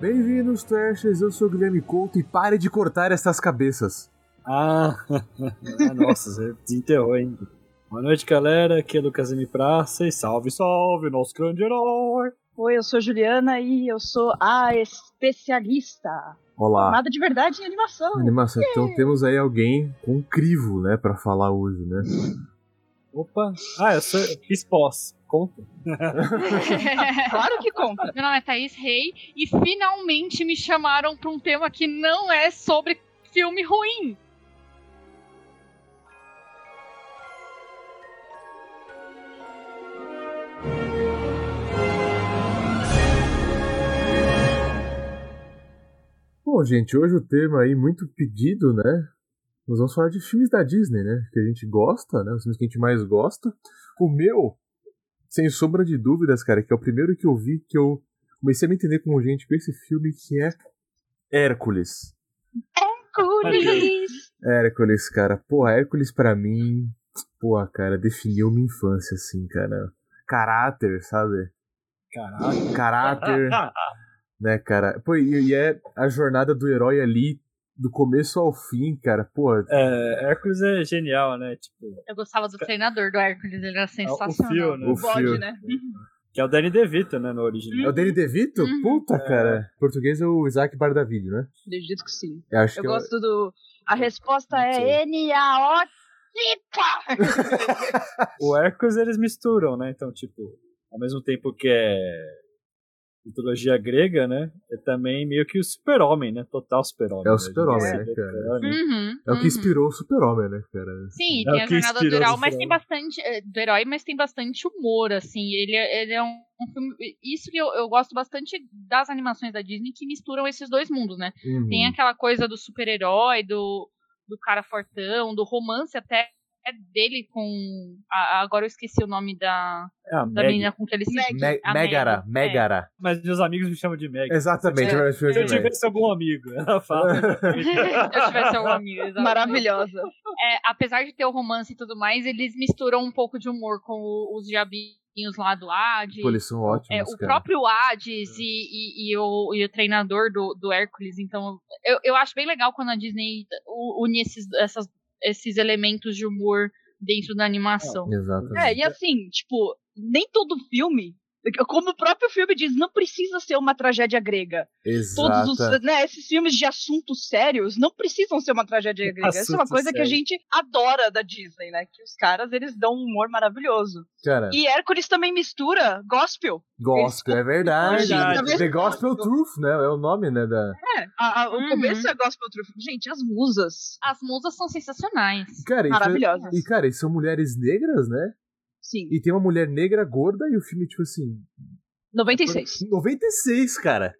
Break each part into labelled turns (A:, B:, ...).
A: Bem-vindos, Trashers. Eu sou o Guilherme Couto e pare de cortar essas cabeças.
B: Ah, ah, nossa, você desenterrou, hein? Boa noite, galera. Aqui é Lucas M. Praça e salve, salve, nosso grande herói.
C: Oi, eu sou Juliana e eu sou a especialista.
A: Olá.
C: Nada de verdade em animação.
A: Animação. Então temos aí alguém com crivo, né, pra falar hoje, né?
B: Opa. Ah, eu sou Spós. Conta.
C: Claro que conta.
D: Meu nome é Thaís Rey e finalmente me chamaram pra um tema que não é sobre filme ruim.
A: Bom, gente, hoje o tema aí muito pedido, né? Nós vamos falar de filmes da Disney, né? Que a gente gosta, né? Os filmes que a gente mais gosta. O meu, sem sombra de dúvidas, cara, que é o primeiro que eu vi que eu comecei a me entender como gente com esse filme que é Hércules.
D: Hércules!
A: Hércules, cara. Porra, Hércules pra mim, porra, cara, definiu minha infância, assim, cara. Caráter, sabe?
B: Caraca.
A: Caráter. né, cara? Pô, e, e é a jornada do herói ali, do começo ao fim, cara. Pô,
B: É, Hércules é genial, né? Tipo,
D: Eu gostava do treinador do Hércules, ele era
B: é o
D: sensacional.
B: fio, né?
A: o fio.
C: Bode, né?
B: Que é o Danny DeVito, né, no original.
A: É o Danny DeVito?
D: Uhum.
A: Puta, cara. Em português é o Isaac Bardavid, né?
C: Acredito que sim.
A: Eu acho
C: Eu
A: que é o-
C: gosto do. A resposta
B: Sim.
C: é N-A-O. Ipa!
B: O Hércules eles misturam, né? Então, tipo, ao mesmo tempo que é mitologia grega, né? É também meio que o super-homem, né? Total super-homem.
A: É o
B: né? A gente
A: super-homem,
B: vê
A: né,
B: que é
A: cara?
B: super-homem.
D: Uhum,
A: é o que
D: uhum.
A: inspirou o Super-Homem, né, cara?
D: Sim,
B: É
D: tem
B: o
D: a
B: que
D: jornada do
B: inspirou
D: herói,
B: no
D: mas tem
B: final.
D: bastante. eh, Do herói, mas tem bastante humor, assim. Ele, é- ele é um, um filme. Isso que eu, eu gosto bastante das animações da Disney que misturam esses dois mundos, né?
A: Uhum.
D: Tem aquela coisa do super-herói, do, do cara fortão, do romance até dele com. a- a- agora eu esqueci o nome da,
B: É a
D: da
B: Meg.
D: menina com que ele se.
A: Me
D: a
A: Megara,
D: Meg, é.
A: Megara.
B: Mas meus amigos me chamam de Meg.
A: Exatamente,
C: É.
A: é. filme
B: Se eu
A: de Meg.
B: tivesse algum amigo, ela fala.
D: É. Se eu tivesse algum amigo, exatamente.
C: Maravilhosa.
D: É, apesar de ter o romance e tudo mais, eles misturam um pouco de humor com o- os diabinhos lá do Hades.
A: Pô, eles são ótimos,
D: É, o
A: cara.
D: próprio Hades e, e- e o, e o treinador do, do Hércules. Então, eu, eu acho bem legal quando a Disney u- une esses, essas- esses elementos de humor dentro da animação.
C: É,
A: Exatamente.
C: e assim, tipo, nem todo filme. Como o próprio filme diz, não precisa ser uma tragédia grega.
D: É,
C: Todos os,
A: Exata.
C: né, esses filmes de assuntos sérios não precisam ser uma tragédia grega. Essa é uma
B: Assunto
C: coisa que a
B: sério.
C: gente adora da Disney, né? Que os caras, eles dão um humor maravilhoso.
A: Cara,
C: E Hércules também mistura gospel.
A: gospel, é verdade.
B: Verdade.
A: The Gospel Truth, né? É o nome, né? Da...
C: É, a- a- o
D: Uhum.
C: começo é gospel truth. Gente, as musas.
D: As musas são sensacionais.
A: Cara, e foi-
C: Maravilhosas.
A: é- E, cara, e são mulheres negras, né?
C: Sim.
A: E tem uma mulher negra gorda e o filme, tipo assim.
C: 96.
A: 96, cara.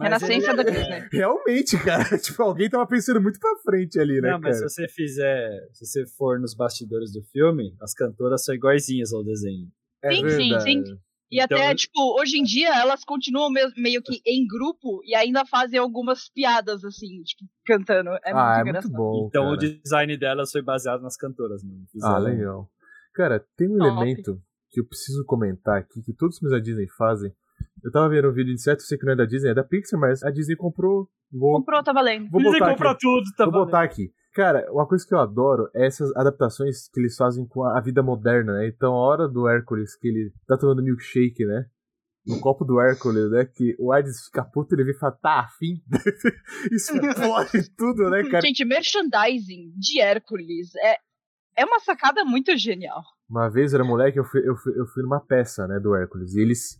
C: Renascença
A: é-
B: é
C: né? da Disney.
A: Realmente, cara. Tipo, alguém tava pensando muito pra frente ali, né,
B: Não, mas se
A: cara?
B: você fizer, se você for nos bastidores do filme, as cantoras são iguaizinhas ao desenho.
A: É
C: Sim, sim,
A: verdade.
C: sim. E
B: Então-
C: até, tipo, hoje em dia elas continuam me- meio que em grupo e ainda fazem algumas piadas, assim, tipo, cantando.
A: ah, é
C: É muito
A: muito
C: engraçado.
A: bom.
B: então
A: cara.
B: o design delas foi baseado nas cantoras, mano.
A: Ah,
B: Fizeram-
A: legal. Cara, tem um
D: Top.
A: elemento que eu preciso comentar aqui, que todos os filmes da Disney fazem. Eu tava vendo um vídeo de certo, eu sei que não é da Disney, é da Pixar, mas a Disney comprou. Vou,
C: Comprou, tá valendo.
A: vou
B: Disney
A: botar aqui.
B: compra tudo, tá
A: Vou botar aqui. Cara, uma coisa que eu adoro é essas adaptações que eles fazem com a a vida moderna, né? Então, a hora do Hércules, que ele tá tomando milkshake, né? No copo do Hércules, né? Que o Hades fica puto, ele vem e fala, tá afim? Isso explode tudo, né, cara?
C: Gente, merchandising de Hércules é, é uma sacada muito genial.
A: Uma vez eu era moleque, eu fui, eu fui, eu fui numa peça, né, do Hércules. E eles.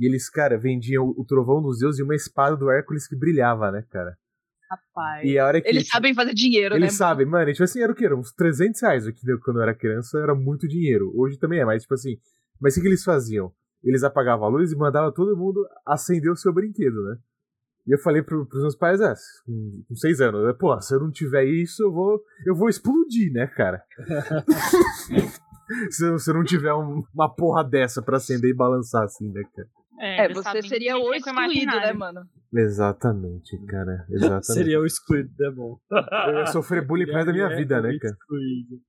A: E eles, cara, vendiam o trovão dos deuses e uma espada do Hércules que brilhava, né, cara?
C: Rapaz.
A: E a hora que.
C: Eles sabem fazer dinheiro,
A: Eles
C: né?
A: sabem, mano. E, tipo assim, era o quê? Era uns 300 reais o que deu quando eu era criança. Era muito dinheiro. Hoje também é, mas tipo assim. Mas o que que eles faziam? Eles apagavam a luz e mandavam todo mundo acender o seu brinquedo, né? E eu falei pro, pros meus pais, ah, com, com seis anos, né? Pô, se eu não tiver isso, eu vou, eu vou explodir, né, cara? se, eu- se eu não tiver um- uma porra dessa pra acender e balançar assim, né, cara?
C: É,
D: eles
C: você
D: sabem
C: seria
D: mexer
C: o
D: com
C: excluído, né,
D: imaginário.
C: mano?
A: Exatamente, cara. Exatamente.
B: Seria o É, excluído, é bom.
A: Eu ia sofrer bullying pro resto da minha vida, né, cara?
B: Excluído.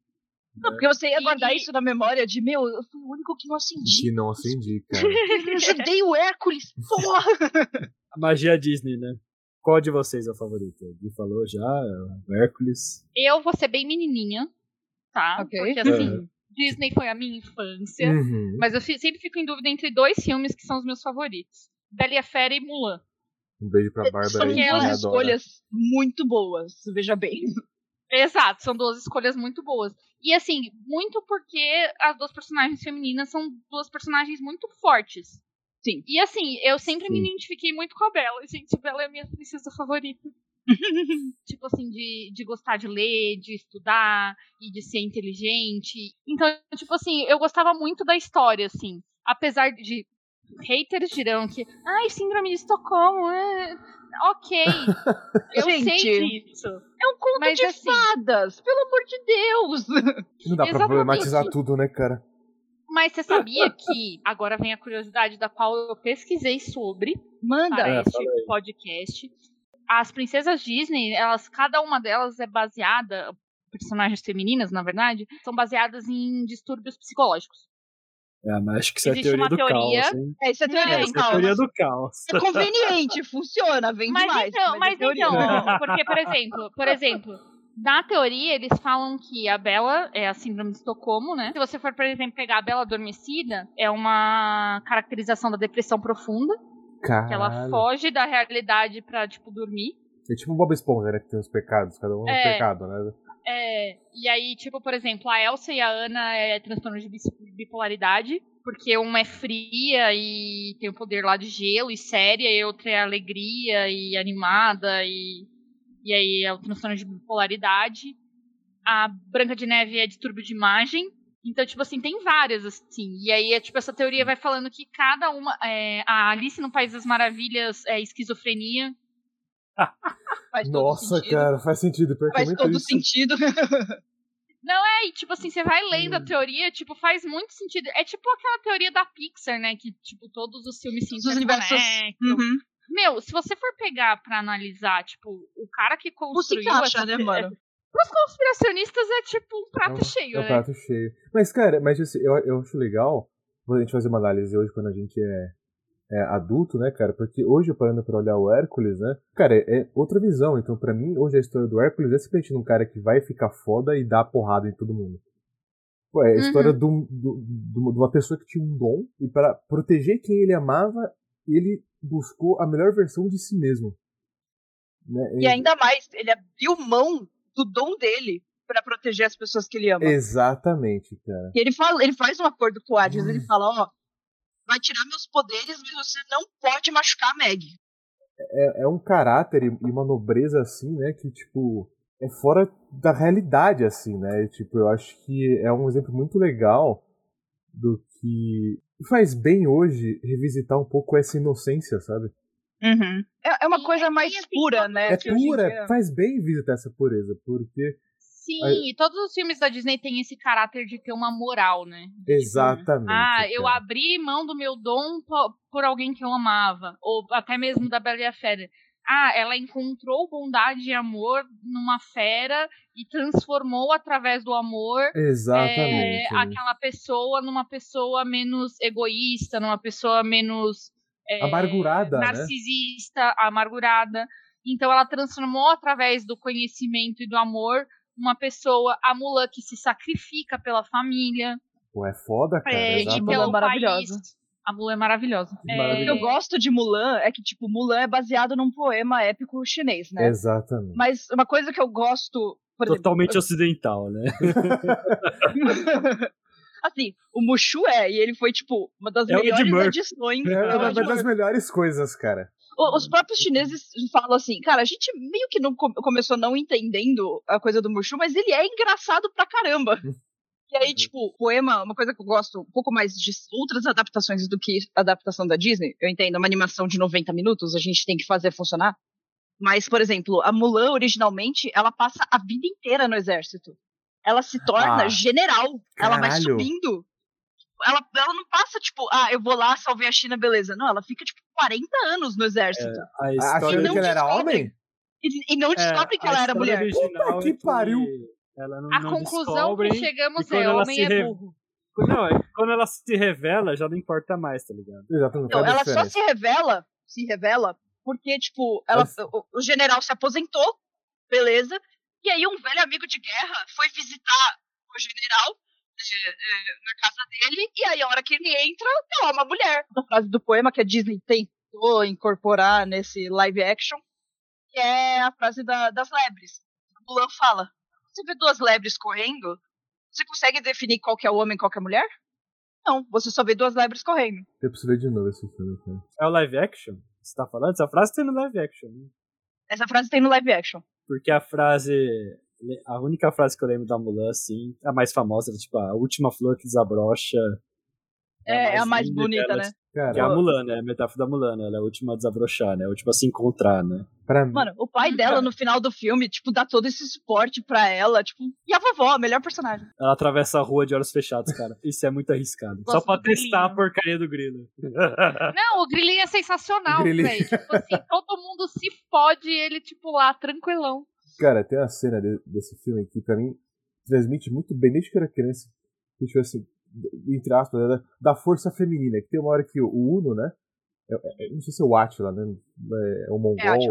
C: Não, porque você ia guardar
D: E-
C: isso na memória de, meu, eu fui o único que não acendi.
A: Que não acendi, cara.
C: Eu ajudei o Hércules, porra!
B: A magia Disney, né? Qual de vocês é o favorito? O Gui falou já, é o Hércules.
D: Eu vou ser bem menininha, tá?
C: Ok.
D: Porque assim, Disney foi a minha infância.
A: Uhum.
D: Mas eu fi- sempre fico em dúvida entre dois filmes que são os meus favoritos. Bela e a Fera e Mulan.
A: Um beijo pra Bárbara
C: São
A: aí.
D: que ela
A: que
C: duas
A: adora.
C: é escolhas muito boas, veja bem.
D: Exato, são duas escolhas muito boas. E assim, muito porque as duas personagens femininas são duas personagens muito fortes.
C: Sim.
D: E assim, eu sempre me
A: Sim.
D: identifiquei muito com a Bela. E, Gente, Bela é a minha princesa favorita. tipo assim, de, de gostar de ler, de estudar e de ser inteligente. Então, tipo assim, eu gostava muito da história, assim. Apesar de haters dirão que, ai, síndrome de Estocolmo, é... ok. eu sei
C: Gente.
D: disso.
C: É um conto
D: Mas
C: de
D: assim-
C: fadas, pelo amor de Deus.
A: Não dá pra
D: Exatamente.
A: problematizar tudo, né, cara?
D: Mas você sabia que agora vem a curiosidade da qual eu pesquisei sobre
C: Manda.
D: para
B: É,
D: este
B: fala
D: podcast. As princesas Disney, elas, cada uma delas é baseada, personagens femininas, na verdade, são baseadas em distúrbios psicológicos.
B: É, mas acho que isso é a
D: Existe
B: teoria
D: uma
B: do
D: teoria-
B: caos, hein?
C: É, isso é teoria
D: Não,
C: do
B: Essa é a
C: caos.
B: teoria do caos.
C: É conveniente, funciona, vende
D: Mas
C: mais.
D: então, mas,
C: é teoria.
D: então, porque, por exemplo, por exemplo, na teoria eles falam que a Bela é a síndrome de Estocolmo, né? Se você for, por exemplo, pegar a Bela adormecida, é uma caracterização da depressão profunda, que ela
A: Caralho.
D: foge da realidade pra, tipo, dormir.
A: É tipo o Bob Esponja, né? Que tem os pecados, cada um é um
D: É.
A: pecado, né?
D: É, e aí, tipo, por exemplo, a Elsa e a Ana é transtorno de bis- bipolaridade, porque uma é fria e tem o poder lá de gelo e séria, e outra é alegria e animada, e, e aí é o transtorno de bipolaridade. A Branca de Neve é distúrbio de imagem. Então, tipo assim, tem várias, assim. E aí, é, tipo, essa teoria vai falando que cada uma. é, a Alice no País das Maravilhas é esquizofrenia.
C: Faz todo
A: Nossa,
C: sentido.
A: cara, faz sentido. Pior que
C: Faz
A: muito
C: todo
A: isso.
C: sentido.
D: Uhum. E, tipo assim, você vai lendo
A: Hum.
D: a teoria, tipo, faz muito sentido. É tipo aquela teoria da Pixar, né? Que, tipo, todos os filmes se
C: Os universos.
D: interconectam.
C: Uhum.
D: Meu, se você for pegar pra analisar, tipo, o cara que
C: Não se
D: construiu...
C: encaixa,
D: essa-
C: né, mano?
D: Pros conspiracionistas é tipo um
A: É
D: prato
A: um-
D: cheio,
A: É um
D: né?
A: prato cheio. Mas, cara, mas assim, eu, eu acho legal a gente fazer uma análise hoje quando a gente é, é adulto, né, cara? Porque hoje, eu parando pra olhar o Hércules, né? Cara, é, é outra visão. Então, pra mim, hoje a história do Hércules é simplesmente um cara que vai ficar foda e dar porrada em todo mundo. Pô, é a
D: Uhum.
A: história do- do- do- de uma pessoa que tinha um dom e para proteger quem ele amava, ele buscou a melhor versão de si mesmo. Né?
C: E ainda mais, ele abriu mão do dom dele pra proteger as pessoas que ele ama.
A: Exatamente, cara.
C: E ele, fala, ele faz um acordo com o Hades, ele fala, ó, vai tirar meus poderes, mas você não pode machucar a Meg.
A: é, é um caráter e e uma nobreza assim, né? Que, tipo, é fora da realidade, assim, né? E, tipo, eu acho que é um exemplo muito legal do que faz bem hoje revisitar um pouco essa inocência, sabe?
C: É, é uma
D: E-
C: coisa
D: e
C: mais
D: assim,
C: pura,
D: quando-
C: né?
A: É
C: que hoje em
A: pura,
C: dia-
A: faz bem visitar essa pureza, porque.
D: Sim,
A: Aí-
D: e todos os filmes da Disney têm esse caráter de ter uma moral, né?
A: Exatamente.
D: Ah, eu
A: cara.
D: abri mão do meu dom po- por alguém que eu amava. Ou até mesmo da Bela e a Fera. Ah, ela encontrou bondade e amor numa fera e transformou através do amor
A: Exatamente.
D: é,
A: né?
D: aquela pessoa numa pessoa menos egoísta, numa pessoa menos é,
A: Amargurada, né?
D: narcisista, amargurada. Então ela transformou através do conhecimento e do amor uma pessoa, a Mulan, que se sacrifica pela família
A: Pô, é foda, cara.
D: é, e
A: exatamente.
D: pelo
C: maravilhosa.
D: país. A Mulan é maravilhosa. É,
C: O que então, eu gosto de Mulan é que, tipo, Mulan é baseado num poema épico chinês, né?
A: Exatamente.
C: Mas uma coisa que eu gosto. Por exemplo,
B: Totalmente ocidental, né?
C: assim, o Mushu é, e ele foi, tipo, uma das
B: É o Ed
C: melhores
B: Murphy.
C: edições.
A: É
C: É o
A: uma
C: Ed
A: das
C: Murphy.
A: melhores coisas, cara.
C: O- Os próprios chineses falam assim, cara, a gente meio que não com- começou não entendendo a coisa do Mushu, mas ele é engraçado pra caramba. E aí, tipo, o poema, uma coisa que eu gosto um pouco mais de outras adaptações do que a adaptação da Disney. Eu entendo, é uma animação de 90 minutos, a gente tem que fazer funcionar. Mas, por exemplo, a Mulan, originalmente, ela passa a vida inteira no exército. Ela se torna
A: Ah,
C: general, ela vai
A: caralho.
C: subindo. Ela, ela não passa, tipo, ah, eu vou lá, salvei a China, beleza. Não, ela fica, tipo, 40 anos no exército.
B: A
A: Achando
B: história
C: não
A: que ela era
C: descobrem.
A: homem?
C: E, e não
B: É,
C: descobre que
B: a
C: ela era
B: história
C: mulher.
B: original
A: Puta que
B: é
A: pariu.
B: Ela não,
D: A
B: não
D: conclusão
B: descobre,
D: que chegamos
B: e quando
D: é
B: ela
D: homem
B: se
D: é
B: re-
D: burro.
B: Não, é que quando ela se revela, já não importa mais, tá ligado?
A: Exatamente.
C: Não,
A: faz
C: Então, ela
A: diferença.
C: só se revela, se revela Porque, tipo, ela,
A: Mas-
C: o, o general se aposentou, beleza. E aí um velho amigo de guerra foi visitar o general eh, eh, na casa dele. E aí, a hora que ele entra, tá lá uma mulher. A frase do poema que a Disney tentou incorporar nesse live action, que é a frase da- das lebres. O Mulan fala, você vê duas lebres correndo, você consegue definir qual que é o homem e qual que é a mulher? Não, você só vê duas lebres correndo.
A: Eu preciso ver de novo esse filme, cara.
B: É o live action? Você tá falando? Essa frase tem no live action. né?
C: Essa frase tem no live action.
B: Porque a frase. A única frase que eu lembro da Mulan, assim, a mais famosa, era, tipo, a última flor que desabrocha.
C: É, é a mais
B: linda
C: bonita,
B: delas,
C: né?
B: Que é a
A: Cara,
B: Mulan, né? A metáfora da Mulan, né? Ela é a última a desabrochar, né? A última a se encontrar, né?
A: pra mim.
C: Mano, o pai dela no final do filme, tipo, dá todo esse suporte pra ela, tipo, e a vovó, a melhor personagem.
B: Ela atravessa a rua de olhos fechados, cara. Isso é muito arriscado.
D: Gosto
B: Só pra
D: do
B: testar a
D: grilinho.
B: porcaria do grilo.
D: Não, o Grilinho é sensacional,
A: O Grilinho.
D: velho. Tipo assim, todo mundo se fode e ele, tipo, lá, tranquilão.
A: Cara, tem uma cena de- desse filme que pra mim transmite muito bem desde que eu era criança. Que, tipo assim, d- entre aspas, né, da, da força feminina. Que tem uma hora que o, o Uno, né? é- é- não sei se é o Atila, né? É, é o
C: Átila.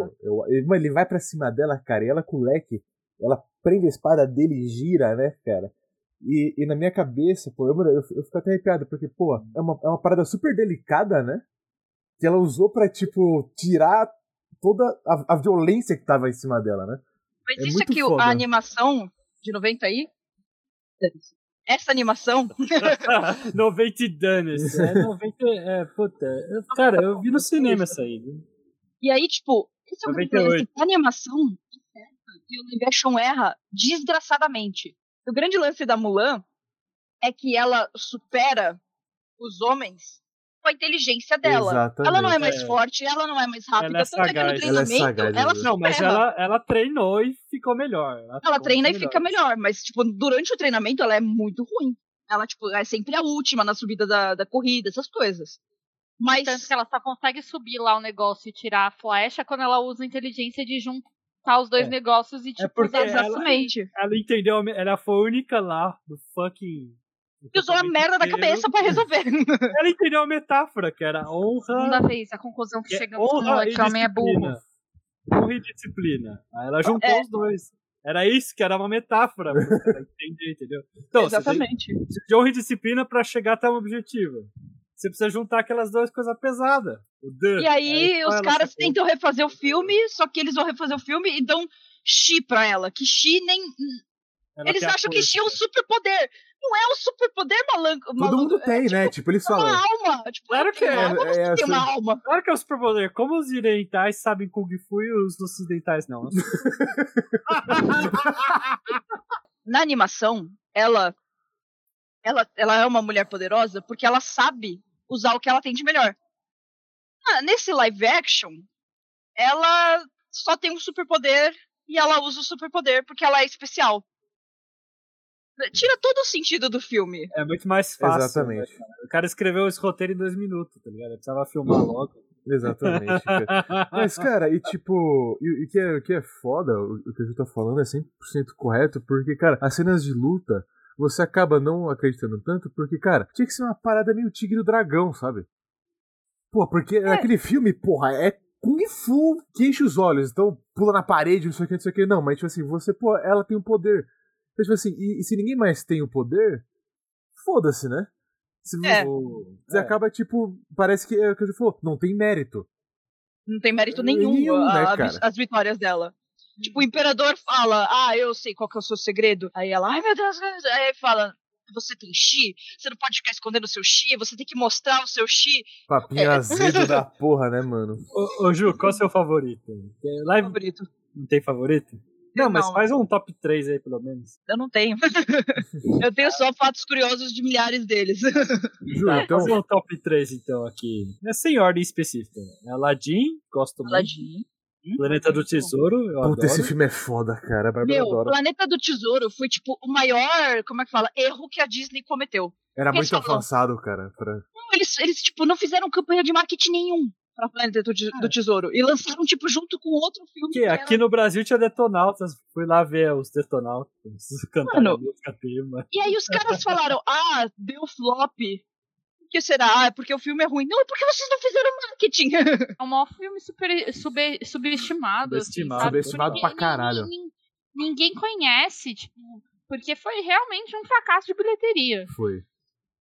A: Mongol. é o- ele, mano, ele vai pra cima dela, cara, e ela com o leque, ela prende a espada dele e gira, né, cara? E, e na minha cabeça, pô, eu, mano, eu, eu fico até arrepiado, porque, pô, é uma, é uma parada super delicada, né? Que ela usou pra, tipo, tirar toda a, a violência que tava em cima dela, né?
C: Mas
A: É
C: isso
A: muito
C: aqui,
A: foda.
C: a animação de 90 aí. Essa animação.
B: 90 e dane-se. É 90. É, puta. eu- cara, eu vi no cinema essa aí. viu?
C: E aí, tipo, esse é o
B: 98.
C: problema. A animação acerta e o live action erra desgraçadamente. O grande lance da Mulan é que ela supera os homens com a inteligência dela.
A: Exatamente.
C: Ela não é mais
B: É.
C: forte, ela não é mais rápida.
B: Ela é
C: tanto é que no
B: sagaz, ela
A: é
C: treinamento,
A: sagaz,
C: ela
A: exato.
B: Não, mas
C: supera.
B: ela, ela treinou e ficou melhor.
C: Ela
B: ficou
C: treina e fica melhor, mas, tipo, durante o treinamento ela é muito ruim. Ela, tipo, é sempre a última na subida da, da corrida, essas coisas. Mas,
B: Então,
D: Tanto que ela só consegue subir lá o negócio e tirar a flecha quando ela usa a inteligência de juntar os dois
B: É.
D: negócios e, tipo,
B: porque
D: usar-
B: é, ela-
C: exatamente.
B: Ela entendeu, a me- ela foi a única lá do fucking.
C: E usou a merda da cabeça pra resolver.
B: Ela entendeu a metáfora, que era honra.
D: Segunda vez, a conclusão que
B: que é
D: chegamos com
B: honra
D: o
B: e
D: que homem é burro.
B: disciplina. Honra e disciplina. Aí ela juntou
C: É.
B: os dois. Era isso que era uma metáfora. Entendi, entendeu? Então, você tem-
C: exatamente.
B: Precisa de honra e disciplina pra chegar até um objetivo. Você precisa juntar aquelas duas coisas pesadas. O dã.
C: E aí,
B: só
C: os
B: ela
C: caras
B: sacou.
C: tentam refazer o filme, só que eles vão refazer o filme e dão chi pra ela. Que chi nem.
B: Ela
C: eles
B: tem a
C: acham que chi é um
B: força.
C: superpoder. Não é um superpoder, malandro.
A: Todo mundo tem, né? Tipo, eles
C: É
A: falam.
C: uma alma. Tipo,
B: Claro que
C: tem uma
B: é,
C: alma,
A: é,
C: você
A: é,
C: tem uma
A: assim-
C: alma.
B: Claro que é um superpoder. Como os orientais sabem Kung Fu e os ocidentais não.
C: na animação, ela, ela ela é uma mulher poderosa porque ela sabe usar o que ela tem de melhor. Ah, Nesse live action, ela só tem um superpoder e ela usa o superpoder porque ela é especial. Tira todo o sentido do filme.
B: É muito mais fácil. né?
A: assim. Exatamente.
B: O cara escreveu esse roteiro em dois minutos, tá ligado? Eu precisava filmar logo.
A: Exatamente. cara. Mas, cara, e tipo, e, e que é, o que é foda, o, o que a gente tá falando é 100% correto, porque, cara, as cenas de luta, você acaba não acreditando tanto, porque, cara, tinha que ser uma parada meio Tigre e o Dragão, sabe? Pô, porque naquele filme, porra, é Kung Fu que enche os olhos, então pula na parede, não sei o que, não sei o que, não, mas, tipo assim, você, pô, ela tem um poder. Então, tipo assim, e, e se ninguém mais tem o poder, foda-se, né? Se
C: É.
B: O-
A: Você
B: é.
A: acaba, tipo, parece que é o que a gente falou, não tem mérito.
C: Não tem mérito
A: É,
C: nenhum,
A: nenhum,
C: a-
A: né,
C: a-
A: cara?
C: as vitórias dela. Tipo, o imperador fala, ah, eu sei qual que é o seu segredo. Aí ela, ai meu Deus, meu Deus. aí fala, você tem chi? Você não pode ficar escondendo o seu chi, você tem que mostrar o seu chi.
A: Papinho
C: É.
A: azedo da porra, né, mano?
B: Ô, ô, Ju, qual é o seu favorito? Porque Live
C: Favorito.
B: não tem favorito? É, Não, mas
C: Não.
B: faz um top 3 aí, pelo menos.
C: Eu não tenho. eu tenho só fatos curiosos de milhares deles.
A: Ju,
B: Tá,
A: então.
B: Fazer um top 3, então, aqui. É sem ordem específica. né? Aladdin, gosto muito.
C: Aladdin.
B: Planeta do Tesouro, eu
A: Puta, esse
B: adoro.
A: filme é foda, cara. A Bárbara
C: Meu,
A: adora.
C: Planeta do Tesouro foi tipo o maior, como é que fala, erro que a Disney cometeu.
A: Era
C: que
A: muito
C: falou?
A: avançado, cara. pra-
C: Não, Eles, eles tipo não fizeram campanha de marketing nenhum pra Planeta do, Te- do Tesouro e lançaram tipo junto com outro filme.
B: É. Que é
C: era-
B: aqui no Brasil tinha Detonautas. Fui lá ver os Detonautas cantar a
C: Mano.
B: música tema.
C: E aí os caras falaram, ah, deu flop. que será? Ah, é porque o filme é ruim. Não, é porque vocês não fizeram marketing.
D: É um maior filme super, sub- subestimado. assim,
B: Subestimado.
D: sabe?
A: Subestimado pra
D: Porque
A: caralho.
D: Ninguém, ninguém conhece, tipo, porque foi realmente um fracasso de bilheteria.
A: Foi.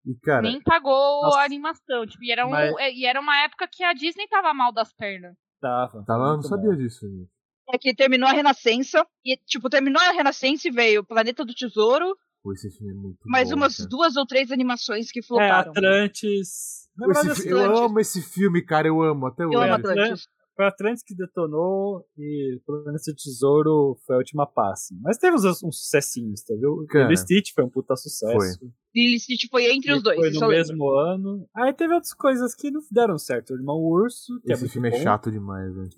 A: E, cara,
D: Nem pagou
B: Nossa.
D: a animação. Tipo, e, era um-
B: Mas-
D: e era uma época que a Disney tava mal das pernas.
B: Tava.
A: tá lá, eu não
B: Muito
A: sabia
B: bom.
A: disso. gente.
C: É que terminou a Renascença. E, tipo, terminou a Renascença e veio Planeta do Tesouro.
A: Pô, esse filme é muito
C: Mais
A: bom,
C: umas
A: cara.
C: duas ou três animações que
B: É,
C: floparam.
B: Atlantis. Na
A: Esse
B: verdade,
A: fi-
B: assim,
A: eu
C: Atlantis.
A: amo esse filme, cara, eu amo até hoje.
C: Eu amo
B: é,
C: Atlantis.
B: foi Atlantis que detonou e Planeta do Tesouro foi a última passe. Mas teve uns, uns sucessinhos, tá viu?
A: Cara.
B: Lilo e Stitch foi um puta sucesso.
C: Lilo e Stitch foi entre os
B: E
C: dois.
B: Foi
C: isso
B: no
C: eu lembro.
B: mesmo ano. Aí teve outras coisas que não deram certo. O Irmão Urso, que é
A: Esse
B: muito
A: filme
B: bom.
A: é chato demais, velho.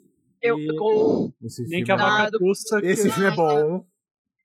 C: Eu,
B: E-
C: eu-
A: Esse
B: Nem
A: filme,
B: que a
A: é...
C: Ah,
B: vaca tussa. que-
A: esse filme é bom.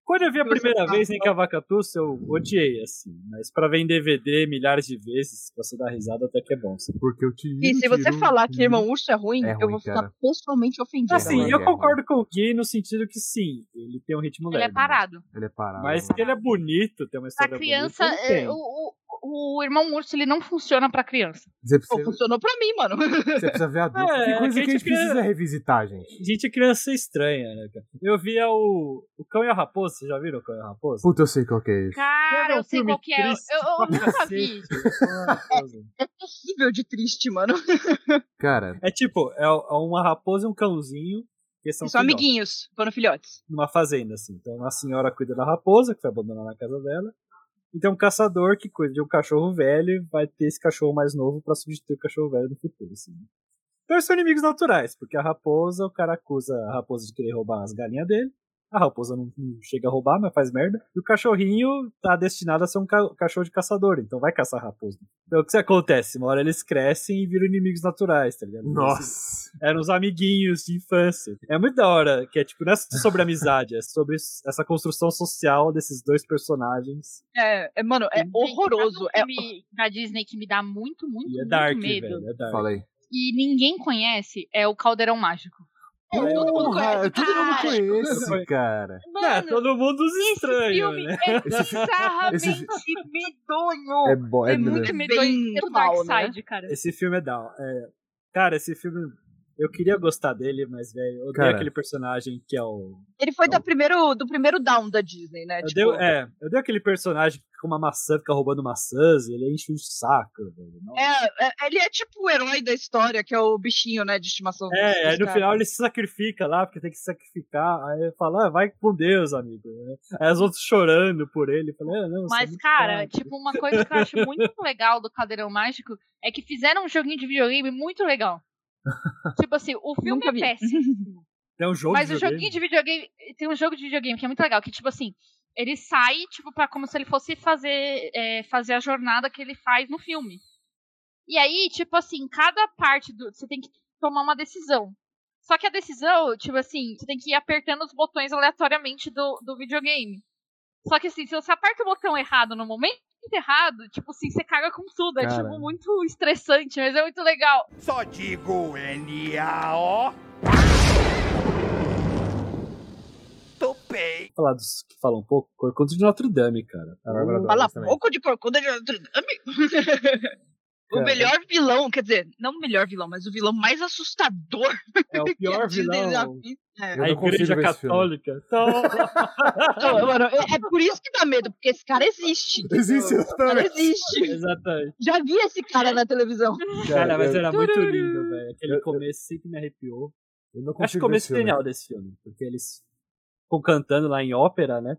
B: Quando eu vi a
C: Tussa,
B: primeira
C: tá.
D: né?
B: vez, nem que a vaca tussa, eu odiei, assim. Mas pra ver em DVD milhares de vezes, você dá risada até que é bom. sabe?
A: Porque eu te
C: e se você falar que Irmão Urso é ruim,
A: uhum. É
C: eu
A: ruim,
C: vou ficar
A: cara.
C: pessoalmente
D: Tipo
C: ofendida.
B: Assim,
A: ruim,
B: eu
A: é
B: concordo com o Gui no sentido que sim, ele tem um ritmo
D: né? Ele
B: leve.
D: é parado.
A: Ele é parado.
B: Mas
A: mano.
B: que ele é bonito, tem uma
D: Pra
B: história
D: criança,
B: bonita, ele
D: é,
B: tem.
D: o, o, o irmão urso ele não funciona pra criança.
A: Você
C: Pô,
A: precisa,
C: funcionou pra mim, mano.
A: você precisa ver adulto.
B: É,
A: Tem coisa
B: a
A: que a gente
B: gente quer-
A: precisa revisitar, gente.
B: Gente, criança é estranha, né, cara? Eu via o, o Cão e a Raposa, vocês já viram o Cão e a Raposa?
A: Puta, eu sei qual que é esse.
D: Cara,
B: Era um
D: eu sei
B: filme
D: qual que é. Eu,
B: triste
D: eu- eu
B: pra
D: nunca vi.
B: cacete, é o Cão e a Raposa.
C: É terrível de triste, mano.
A: Cara,
B: É tipo, é, é uma raposa e um cãozinho, que são
C: E são
B: filhotes,
C: amiguinhos, foram filhotes.
B: numa fazenda, assim. Então, uma senhora cuida da raposa, que foi abandonada na casa dela, e tem um caçador que cuida de um cachorro velho, e vai ter esse cachorro mais novo pra substituir o cachorro velho no futuro, assim. Então, eles são inimigos naturais, porque a raposa, o cara acusa a raposa de querer roubar as galinhas dele, a raposa não, não chega a roubar, mas faz merda, e o cachorrinho tá destinado a ser um ca- cachorro de caçador, então vai caçar a raposa. Então, o que acontece? Uma hora eles crescem e viram inimigos naturais, tá ligado?
A: nossa.
B: Eram os amiguinhos de infância. É muito da hora, que é tipo, não é sobre amizade, é sobre essa construção social desses dois personagens.
C: É, é, mano, é
B: Sim.
C: horroroso.
D: É
C: É,
D: um filme da Disney que me dá muito, muito,
B: E é
D: muito
B: dark,
D: medo.
B: velho. É dark.
A: Falei.
D: E ninguém conhece é o Caldeirão Mágico.
B: Porra,
C: todo mundo
A: Porra,
C: conhece.
A: eu todo mundo
D: Ah,
A: conhece,
B: foi-
A: cara.
B: é, todo mundo os
D: esse
B: estranhos,
D: filme
B: né?
D: é bizarramente
A: esse-
D: medonho.
A: É bom, é,
D: É, muito
C: É
D: medonho.
C: bem
D: É o
C: mal, né?
D: Darkseid, cara.
B: Esse filme é down. É, cara, esse filme. Eu queria gostar dele, mas, velho, eu odeio
A: Cara.
B: aquele personagem que é o.
C: ele foi
B: Então-
C: da primeiro, do primeiro down da Disney, né?
B: Eu
C: Tipo,
B: odeio, é, eu odeio aquele personagem que com uma maçã fica roubando maçãs e ele enche o saco, velho. Nossa.
C: é, é, ele é tipo o herói da história, que é o bichinho, né, de estimação. dos-
B: É, aí
C: dos
B: no
D: né?
C: caras.
B: final ele se sacrifica lá, porque tem que se sacrificar. Aí fala, ah, vai com Deus, amigo. né? Aí os outros chorando por ele. Fala, ah, não, você é
D: Mas,
B: muito
D: cara,
B: fraco.
D: tipo, uma coisa que eu acho muito legal do Caldeirão Mágico é que fizeram um joguinho de videogame muito legal. Tipo assim, o filme
C: Nunca
D: é
C: vi.
D: péssimo.
B: tem um jogo
D: Mas
B: de
D: o joguinho de videogame. Tem um jogo de videogame que é muito legal, que, tipo assim, ele sai, tipo, pra, como se ele fosse fazer, é, fazer a jornada que ele faz no filme. E aí, tipo assim, cada parte do. Você tem que tomar uma decisão. Só que a decisão, tipo assim, você tem que ir apertando os botões aleatoriamente do, do videogame. Só que assim, se você aperta o botão errado no momento errado, tipo assim, você caga com tudo. É
A: Cara.
D: tipo muito estressante, mas é muito legal.
E: Só digo N-A-O. Topei.
B: Falar dos que falam um pouco, Corcunda de Notre Dame, cara.
A: A Bárbara adora
C: Fala
A: isso também.
C: pouco de Corcunda de Notre Dame. é O
B: Cara. é.
C: melhor vilão, quer dizer, não o melhor vilão, mas o vilão mais assustador
B: É o
C: que a
B: pior
C: Disney já
B: vilão.
C: fez.
A: Eu
B: A
A: não consigo
B: Igreja
A: ver esse filme.
B: Católica. Então,
C: Não, mano, é é por isso que dá medo, porque esse cara existe. entendeu?
A: Existe,
C: Esse cara existe.
B: exatamente.
C: Já vi esse cara na televisão.
B: Cara, mas
A: eu,
B: era muito lindo, velho. Aquele
A: Eu- eu-
B: começo sempre me arrepiou.
A: eu não
B: Acho que
A: consigo ver
B: o
A: esse
B: começo
A: filme.
B: genial desse filme, porque eles ficam cantando lá em ópera, né?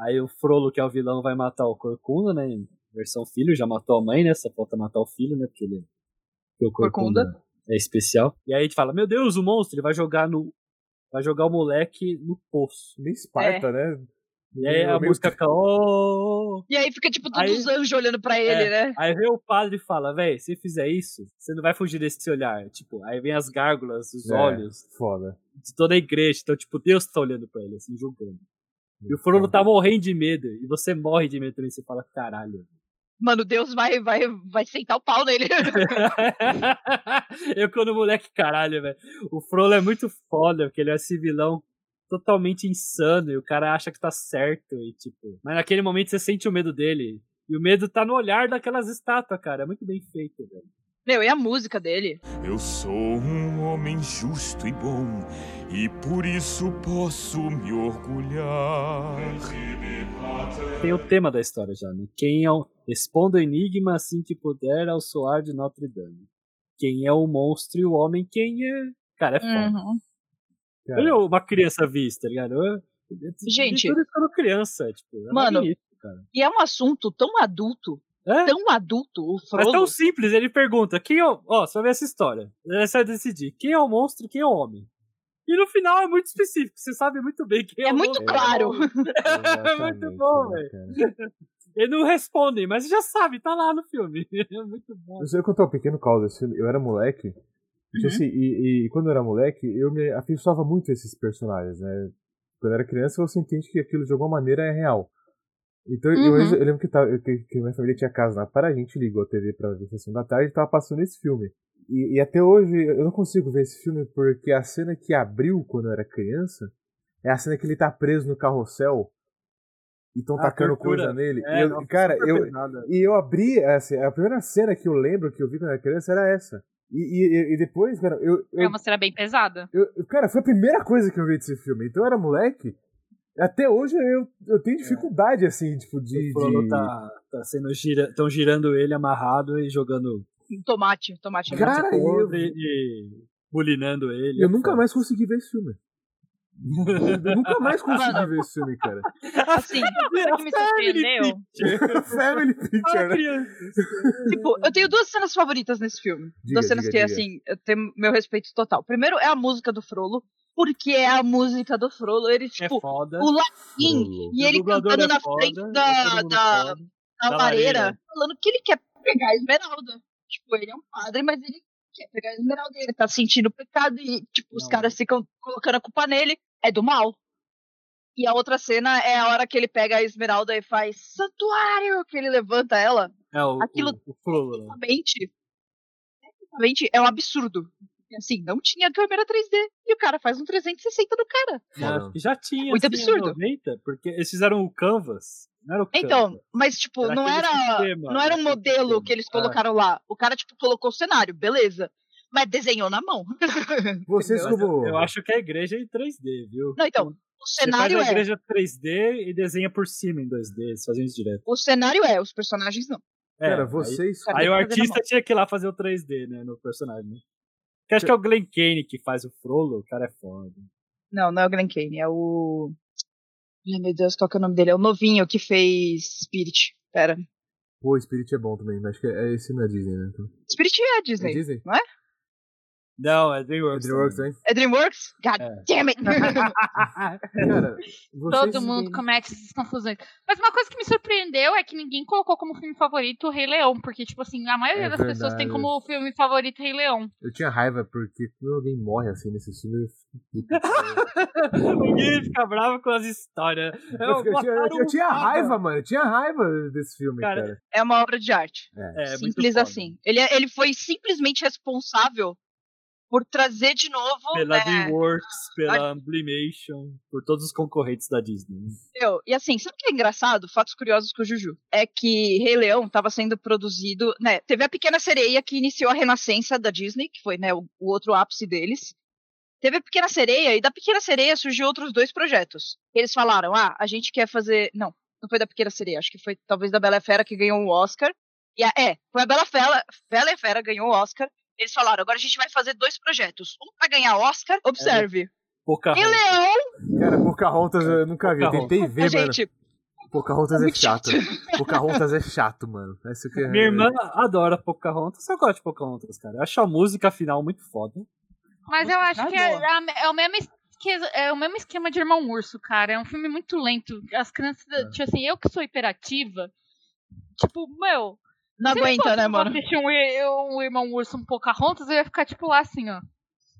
B: Aí o Frollo, que é o vilão, vai matar o Corcunda, né? Em Versão filho, já matou a mãe, né? Só falta matar o filho, né? Porque ele porque o Corcunda, é especial. E aí a gente fala, meu Deus, o monstro, ele vai jogar no. Vai jogar o moleque no poço.
A: Nem Esparta, né?
B: E aí a
A: Eu meio
B: música
A: que-
B: fica. Oh!
C: E aí fica, tipo, todos
B: Aí- É.
C: os anjos olhando pra ele, né?
B: Aí vem o padre e fala, véi, se fizer isso, você não vai fugir desse olhar. Tipo, aí vem as gárgulas, os
A: É.
B: olhos,
A: Foda.
B: de toda a igreja. Então, tipo, Deus tá olhando pra ele, assim, julgando. E o Frodo tá morrendo de medo. E você morre de medo também. Você fala, caralho.
C: Mano, Deus vai, vai, vai sentar o pau nele.
B: eu quando moleque, caralho, velho. O Frollo é muito foda, porque ele é esse vilão totalmente insano. E o cara acha que tá certo. E, tipo. Mas naquele momento você sente o medo dele. E o medo tá no olhar daquelas estátuas, cara. É muito bem feito, velho.
C: Meu, e a música dele?
E: Eu sou um homem justo e bom, e por isso posso me orgulhar.
B: Tem o tema da história já, né? Quem é o... Responda o enigma assim que puder ao soar de Notre Dame. Quem é o monstro e o homem, quem é... Cara, é foda.
C: Uhum.
A: Cara,
B: Olha uma criança vista, tá ligado? Eu- eu- eu-
C: Gente.
B: Tudo isso quando criança, tipo. é
C: Mano.
B: magnífico, cara.
C: E é um assunto tão adulto,
B: É?
C: tão adulto, o
B: Mas
C: Frodo.
B: tão simples, ele pergunta, quem é o... Ó, você vai ver essa história. Aí Você vai decidir, quem é o monstro e quem é o homem. E no final é muito específico, você sabe muito bem quem é,
C: É
B: o
C: muito
B: monstro.
C: claro.
A: exatamente,
B: muito bom,
A: né,
B: velho.
A: cara?
B: Eles não respondem, mas você já sabe, tá lá no filme. É muito bom.
A: Eu sei contar um pequeno caos desse filme. Eu era moleque. Tipo assim, e, e quando eu era moleque, eu me afeiçoava muito a esses personagens, né? Quando eu era criança, você entende que aquilo de alguma maneira é real. Então eu-
D: Uhum.
A: eu, eu lembro que, tava, eu- que, que minha família tinha casa na Para, a gente ligou a TV pra ver a sessão da tarde e tava passando esse filme. E, e até hoje eu não consigo ver esse filme porque a cena que abriu quando eu era criança é a cena que ele tá preso no carrossel e tão
B: Ah,
A: tacando
B: tortura.
A: coisa nele.
B: É,
A: Eu-
B: nossa,
A: cara,
B: super
A: eu,
B: pesado.
A: e eu abri, assim, a primeira cena que eu lembro que eu vi quando era criança era essa. E, e- e- e depois, cara, eu,
D: É
A: eu,
D: uma cena bem pesada.
A: eu- Cara, foi a primeira coisa que eu vi desse filme. Então eu era moleque. Até hoje eu, eu tenho
B: É.
A: dificuldade, assim, tipo, de.
B: O Frodo
A: de-
B: tá, tá sendo gira... tão girando ele amarrado e jogando
C: Tomate, tomate.
A: Cara,
B: tomate podre
A: eu-
B: e bulinando ele.
A: Eu nunca mais consegui ver esse filme. eu nunca mais consegui
C: Mano.
A: ver esse filme, cara.
C: Assim,
D: O que me surpreendeu
A: Family Picture,
B: Para
A: né?
B: criança.
C: tipo, eu tenho duas cenas favoritas nesse filme.
A: Diga,
C: duas cenas
A: diga,
C: que,
A: diga.
C: assim, eu tenho meu respeito total. Primeiro é a música do Frolo, porque é a música do Frolo. Ele,
B: É
C: tipo,
B: foda.
C: o latim
A: Frollo.
C: e
B: O
C: ele
B: dublador
C: cantando
B: é
C: na
B: foda,
C: frente
B: é
C: da,
B: todo mundo
C: da,
B: foda.
C: da
B: Da lareira.
C: lareira, falando que ele quer pegar a esmeralda. Tipo, ele é um padre, mas ele quer pegar a esmeralda. Ele tá sentindo pecado e, tipo, os
B: Não.
C: caras ficam colocando a culpa nele. É do mal. E a outra cena é a hora que ele pega a esmeralda e faz santuário, que ele levanta ela.
B: É o,
C: Aquilo-
B: o, o Frollo, né?
C: Tecnicamente, tecnicamente é um absurdo. Porque, Assim, não tinha câmera 3D e o cara faz um 360 do cara.
B: Já-
A: Não.
B: É, Já tinha.
C: Muito
B: assim,
C: absurdo.
B: em 90, porque eles fizeram o Canvas. Não era o Canvas.
C: Então, mas tipo,
B: Era
C: não
B: aquele
C: era,
B: sistema,
C: não era um
B: aquele
C: modelo
B: sistema.
C: que eles
B: É.
C: colocaram lá. O cara tipo colocou o cenário, beleza? Mas desenhou na mão. assim,
A: Vocês,
B: Mas
A: como.
B: eu, eu acho que a igreja é em 3D, viu?
C: Não, então, o
B: Você faz
C: cenário
B: a
C: é,
B: igreja 3D e desenha por cima em 2D. Eles faziam isso direto.
C: o cenário é, os personagens não.
B: É,
A: Cara,
B: aí-
A: vocês.
C: Cara,
B: Aí o
C: Fazer na
B: artista
C: mão.
B: tinha que ir lá fazer o 3D, né? No personagem, né? Que acho que é o Glen Kane que faz o Frollo, o cara é foda.
C: Não, não é o Glen Kane, é o Ai, meu Deus, qual que é o nome dele? É o novinho que fez Spirit. Pera.
A: Pô, Spirit é bom também, mas acho que é é esse na Disney, né? Então,
C: Spirit é
A: É
C: Disney.
A: Disney?
B: Não, é
A: É
B: DreamWorks.
A: Dreamworks também?
C: É DreamWorks? God
B: É.
C: damn it.
A: Cara, vocês.
D: Todo mundo comete essas confusões. Mas uma coisa que me surpreendeu é que ninguém colocou como filme favorito o Rei Leão, porque, tipo assim, a maioria
A: É
D: das pessoas tem
A: verdade.
D: como filme favorito o Rei Leão.
A: Eu tinha raiva porque quando alguém morre assim nesse filme, eu fico puto.
B: o Gui fica bravo com as histórias.
A: Eu, fico- eu tinha, eu
B: botaram
A: tinha- eu tinha
B: É, um cara.
A: raiva, mano. Eu tinha raiva desse filme,
B: Cara,
A: cara.
C: É uma obra de arte.
B: É, muito
C: Simples
B: foda.
C: assim. Ele, é- ele foi simplesmente responsável por trazer de novo.
B: Pela
C: né,
B: DreamWorks, pela Amblimation, por todos os concorrentes da Disney.
C: Meu, e assim, sabe o que é engraçado? Fatos curiosos com o Juju. É que Rei Leão tava sendo produzido, né? Teve a Pequena Sereia que iniciou a renascença da Disney, que foi, né, o, o outro ápice deles. Teve a Pequena Sereia e da Pequena Sereia surgiu outros dois projetos. Eles falaram: "Ah, a gente quer fazer, não, não foi da Pequena Sereia, acho que foi talvez da Bela e a Fera que ganhou o Oscar. E a, é, foi a Bela Fera, Bela e a Fera ganhou o Oscar. Eles falaram: "Agora a gente vai fazer dois projetos. Um pra ganhar Oscar, observe.
B: Pouca
C: E Leão,
A: Cara, Pocahontas eu nunca vi. Eu tentei ver, mano.
C: gente,
A: Pocahontas é
C: muito
A: chato. Pocahontas é chato, mano. Esse que é-
B: Minha irmã adora Pocahontas. Eu gosto de Pocahontas, cara. Eu acho a música final muito foda.
D: Mas
C: Nossa,
D: eu acho
C: tá
D: que é,
C: boa.
D: é a- é o mesmo esque- é o mesmo esquema de Irmão Urso, cara. É um filme muito lento. As crianças,
A: É.
D: tipo assim, eu que sou hiperativa, tipo, meu.
C: não
D: se
C: aguenta,
D: fosse
C: né,
D: eu
C: mano?
D: assistir um, ir- um Irmão Urso um Pocahontas, eu ia ficar, tipo, lá assim, ó.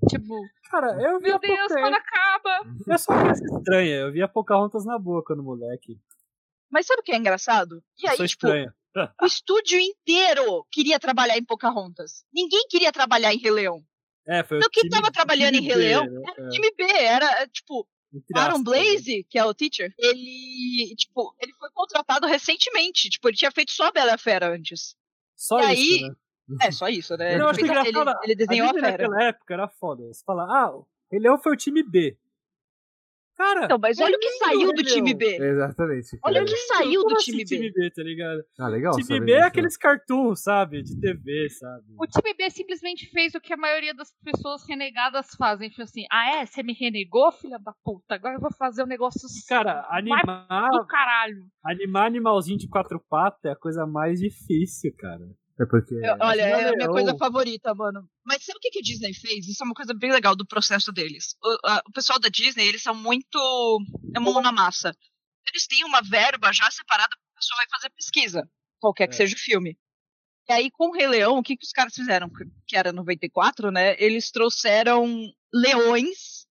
D: Tipo,
B: Cara, eu vi
D: meu
B: a
D: Deus, quando
B: Pocahontas.
D: acaba.
B: Eu sou uma criança estranha. Eu vi a Pocahontas na boa quando moleque.
C: Mas sabe o que é engraçado? E
B: Eu
C: aí,
B: sou
C: tipo,
B: estranha.
C: o estúdio inteiro queria trabalhar em Pocahontas. Ninguém queria trabalhar em Rei Leão.
B: É, foi o
C: Então quem
B: time-
C: tava trabalhando em
B: time
C: Rei Leão
B: B, né?
C: era o time B, era, é, tipo,
B: Entre aspas,
C: Aaron
B: né?
C: Blaze, que é o teacher, ele, tipo, ele foi contratado recentemente. Tipo, ele tinha feito só a Bela e a Fera antes.
B: Só
C: e
B: isso,
C: aí,
B: né?
C: É, só isso, né?
B: Não,
C: ele,
B: acho que
C: fez a- ele,
B: engraçado,
C: ele desenhou
B: a
C: a
B: Disney
C: Fera.
B: naquela época era foda. Você fala, ah, o Rei Leão foi o time B. Cara,
C: Então, mas
B: é
C: olha o que
B: lindo,
C: saiu do
B: Rei
C: time
B: Leão.
C: B.
A: é, Exatamente.
C: Olha o
A: cara.
C: que saiu
B: Como
C: do
B: assim
C: time B.
B: time B, tá ligado?
A: Ah, legal.
B: time
A: saber
B: B é
A: disso.
B: aqueles cartoons, sabe? De TV, sabe?
D: O time B simplesmente fez o que a maioria das pessoas renegadas fazem. Tipo assim, ah é? Você me renegou, filha da puta? Agora eu vou fazer um negócio
B: Cara, animar,
D: do caralho.
B: animar animalzinho de quatro patas é a coisa mais difícil, cara.
A: É porque.
C: Eu- olha,
B: Mas
C: é a minha
B: valeu.
C: coisa favorita, mano. Mas sabe o que, que a Disney fez? Isso é uma coisa bem legal do processo deles. O, a- o pessoal da Disney, eles são muito é mão na massa. Eles têm uma verba já separada pra pessoa vai fazer pesquisa, qualquer que
B: É.
C: seja o filme. E aí, com o Rei Leão, o que, que os caras fizeram? Que- Que era 94, né? Eles trouxeram leões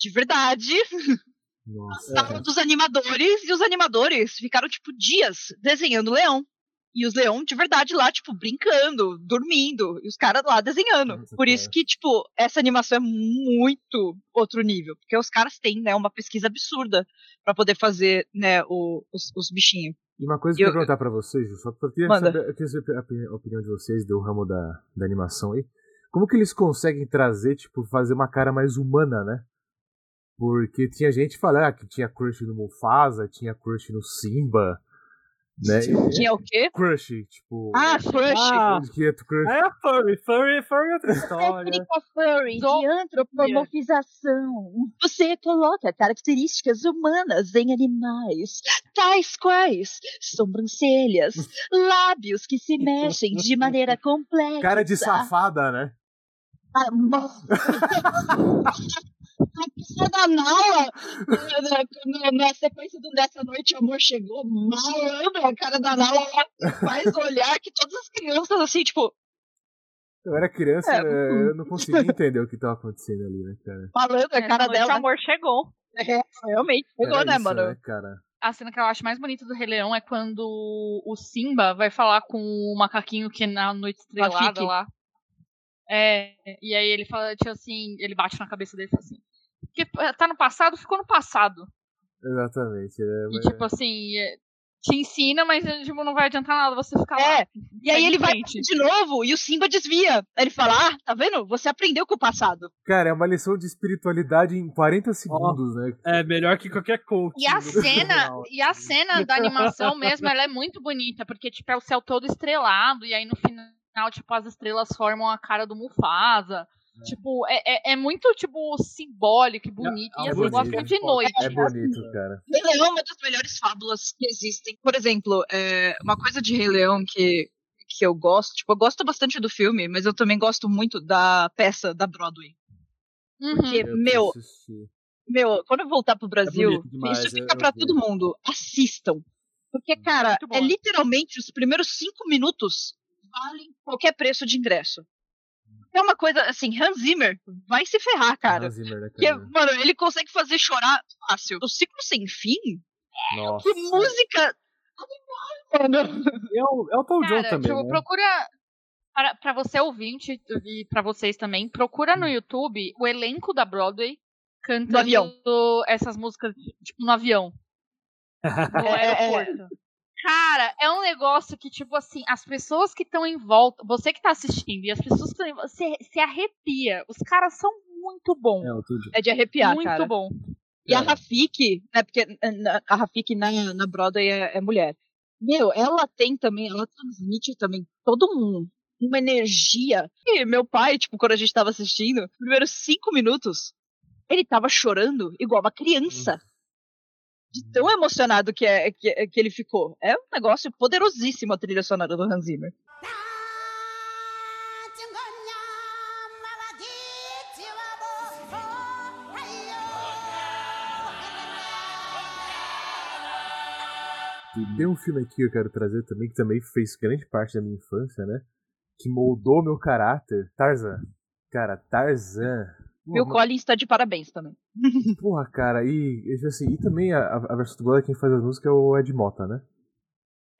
C: de verdade
A: Nossa.
C: tava dos animadores e os animadores ficaram, tipo, dias desenhando o leão. E os leão de verdade lá, tipo, brincando, dormindo, e os caras lá desenhando.
A: Nossa,
C: Por
A: cara.
C: isso que, tipo, essa animação é muito outro nível. Porque os caras têm, né, uma pesquisa absurda pra poder fazer, né, o- os, os bichinhos.
A: E uma coisa que eu
C: Eu-
A: ia perguntar pra vocês, só porque eu queria
C: Manda.
A: saber, eu queria saber a opini- a opinião de vocês do ramo da, da animação aí. Como que eles conseguem trazer, tipo, fazer uma cara mais humana, né? Porque tinha gente falando ah, que tinha crush no Mufasa, tinha crush no Simba, né?
C: Tinha é o quê?
A: Crush, tipo.
C: Ah, Crush.
B: Ah,
A: onde que é tu crush?
B: é a furry, furry, furry é outra história.
F: Técnica furry de antropomorfização. Você coloca características humanas em animais, tais quais sobrancelhas, lábios que se mexem de maneira complexa.
C: Ah,
A: Cara
C: é, tá.
A: de safada, né?
F: Ah, mo-
C: A pessoa da Nala, na, na- na- na sequência do Nessa Noite o Amor Chegou, malandro, a cara da Nala ela faz olhar que todas as crianças, assim, tipo,
A: Eu era criança,
C: É.
A: eh, eu não conseguia entender o que tava acontecendo ali, né, cara?
C: Malandro, a cara
D: Essa noite
C: dela.
D: O amor chegou.
C: É, realmente. Pegou,
A: Era
C: né,
A: isso,
C: mano?
A: né, cara?
D: A cena que eu acho mais bonita do Rei Leão é quando o Simba vai falar com o macaquinho que na noite estrelada
C: Rafiki.
D: lá. É, e aí ele fala, tipo assim, ele bate na cabeça dele e fala assim. Porque tá no passado, ficou no passado.
A: Exatamente. né?
D: E tipo assim, é, te ensina, mas tipo, não vai adiantar nada você ficar lá.
C: É. E aí
D: Segue
C: ele
D: em
C: vai
D: frente.
C: de novo e o Simba desvia. Aí ele fala: Ah, tá vendo? Você aprendeu com o passado.
A: Cara, é uma lição de espiritualidade em 40 segundos, né?
B: É melhor que qualquer coach.
D: E a cena, e
A: Uhum.
D: a cena da animação mesmo, ela é muito bonita, porque tipo é o céu todo estrelado e aí no final tipo as estrelas formam a cara do Mufasa. Tipo, é, é, é muito, tipo, simbólico e bonito.
B: É-
D: e
A: é
D: assim, eu gosto
A: bonito.
D: muito de noite.
A: É bonito, cara.
C: Rei Leão é uma das melhores fábulas que existem. Por exemplo, é, uma coisa de Rei Leão que, que eu gosto, tipo, eu gosto bastante do filme, mas eu também gosto muito da peça da Broadway.
B: Hum.
D: Uhum.
C: Porque, meu,
A: preciso assistir.
C: meu, quando eu voltar pro Brasil,
B: É bonito demais,
C: isso
B: eu-
C: fica
B: eu
C: pra
B: vi. Hum.
C: todo mundo. Assistam. Porque, cara,
D: Muito bom.
C: é literalmente os primeiros cinco minutos valem qualquer preço de ingresso. É uma coisa assim, Hans Zimmer vai se ferrar, cara.
A: Hans Zimmer, né,
C: Porque,
A: cara?
C: é, mano, ele consegue fazer chorar fácil. O ciclo sem fim?
A: Nossa.
C: Que música! Mano.
B: É o, é o Tom John
D: Cara,
B: também.
D: tipo,
B: né?
D: procura. Para, pra você ouvinte e pra vocês também, procura
B: Hum.
D: no YouTube o elenco da Broadway cantando
C: avião.
D: essas músicas, tipo, no avião. No
C: É, é,
D: aeroporto. Cara, é um negócio que, tipo assim, as pessoas que estão em volta, você que tá assistindo e as pessoas que estão em volta, você se arrepia. Os caras são muito bons.
B: É o Tom John.
C: É de arrepiar,
D: muito
C: cara.
D: bom. É.
C: E a Rafiki, né? Porque eh, na- a Rafiki na, na Broadway é, é mulher. Meu, ela tem também, ela transmite também todo um, uma energia. E meu pai, tipo, quando a gente tava assistindo, nos primeiros cinco minutos, ele tava chorando igual uma criança.
D: Hum.
C: De tão emocionado que, é, que, é- que ele ficou. É um negócio poderosíssimo a trilha sonora do Hans Zimmer.
A: Tem um filme aqui que eu quero trazer também, que também fez grande parte da minha infância, né? Que moldou meu caráter. Tarzan. Cara, Tarzan.
C: Meu Collins tá de parabéns também.
A: Porra, cara, e, e, assim, e também a, a versão dublada quem faz as músicas é o Ed Mota, né?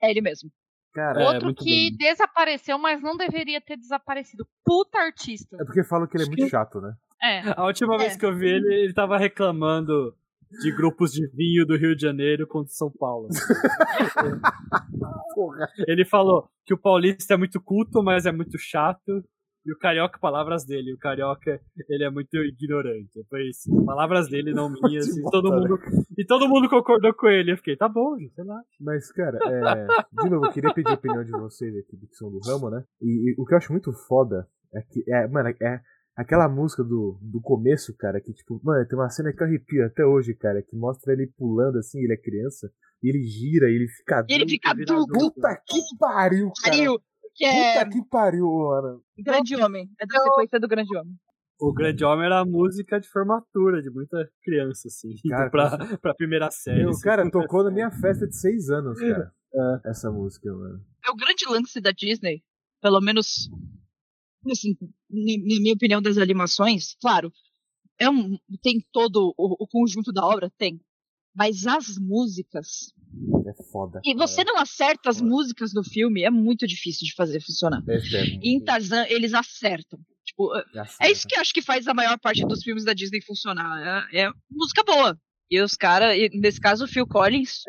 C: É ele mesmo.
A: Cara,
D: Outro
B: muito
D: que
B: bom.
D: desapareceu, mas não deveria ter desaparecido. Puta artista.
A: é porque falam que ele é muito chato, né?
D: É.
B: A última vez
C: É.
B: que eu vi ele, ele tava reclamando de grupos de vinho do Rio de Janeiro contra São Paulo.
A: Porra.
B: Ele falou que o paulista é muito culto, mas é muito chato. E o carioca, palavras dele. O carioca, ele é muito ignorante. Foi isso. Palavras dele, não minhas.
A: Muito
B: E
A: bom,
B: todo,
A: cara.
B: mundo, e todo mundo concordou com ele. Eu fiquei, tá bom, gente, sei lá.
A: Mas, cara, é... de novo, eu queria pedir a opinião de vocês aqui, que são do ramo, né? E, e o que eu acho muito foda é que, é, mano, é aquela música do, do começo, cara, que, tipo, mano, tem uma cena que eu arrepio até hoje, cara, que mostra ele pulando assim, ele é criança, e ele gira, e ele fica.
C: E ele
A: adulto,
C: fica
A: vira
C: adulto.
A: adulto. Puta que pariu, cara.
C: Pariu, que é
A: Puta que pariu, Ana.
C: Grande Homem. É da sequência do Grande Homem.
B: O Grande Homem era a música de formatura de muita criança, assim. indo
A: Cara,
B: pra, pra primeira série.
A: Meu,
B: assim.
A: cara, tocou na minha festa de seis anos, cara.
B: É.
A: Essa música, mano.
C: É o grande lance da Disney, pelo menos, assim, na na minha opinião das animações, claro, é um, tem todo o, o conjunto da obra, tem. Mas as músicas.
A: É foda.
C: E você não acerta as músicas do filme, é muito difícil de fazer funcionar.
A: É, eterno.
C: E em Tarzan, eles acertam. Tipo, É isso que eu acho que faz a maior parte dos filmes da Disney funcionar. É, é música boa. E os caras, nesse caso, o Phil Collins.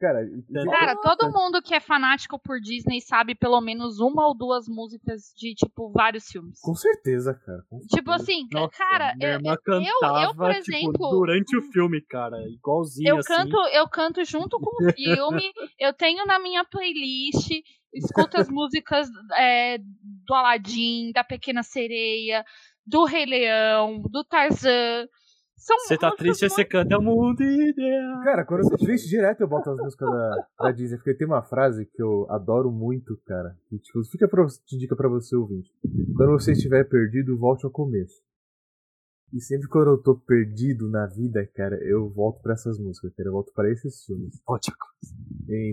A: Cara, e-
B: Né?
A: e-
D: Cara, todo mundo que é fanático por Disney sabe pelo menos uma ou duas músicas de, tipo, vários filmes.
A: com certeza, cara. com
D: Tipo
A: certeza.
D: assim,
B: Nossa,
D: cara,
B: minha
D: eu,
B: irmã
D: eu,
B: cantava,
D: eu, por
B: tipo,
D: exemplo,
B: durante o filme, cara, igualzinho
D: eu
B: assim.
D: canto, eu canto junto com o filme, eu tenho na minha playlist, escuto as músicas é, do Aladdin, da Pequena Sereia, do Rei Leão, do Tarzan. São
B: Você tá
D: músicas
B: triste, você
D: muito-
B: canta o mundo ideal.
A: Cara, quando eu tô triste direto, eu boto as músicas da, da Disney. Porque tem uma frase que eu adoro muito, cara. Que, tipo, fica pra, de dica pra você, ouvinte. Quando você estiver perdido, volte ao começo. E sempre quando eu tô perdido na vida, cara, eu volto pra essas músicas, cara. Eu volto pra esses filmes.
B: Ótimo.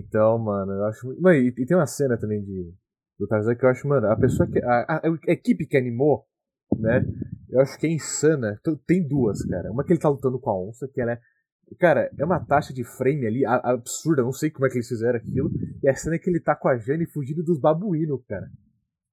A: Então, mano, eu acho muito. Mano, e, e tem uma cena também de do Tarzan que eu acho, mano, a pessoa que. A, a- a equipe que animou, né? Eu acho que é insana. T- Tem duas, cara. Uma que ele tá lutando com a onça, que ela é. Cara, é uma taxa de frame ali a- a- absurda, eu não sei como é que eles fizeram aquilo. E a cena que ele tá com a Jane fugindo dos babuínos, cara.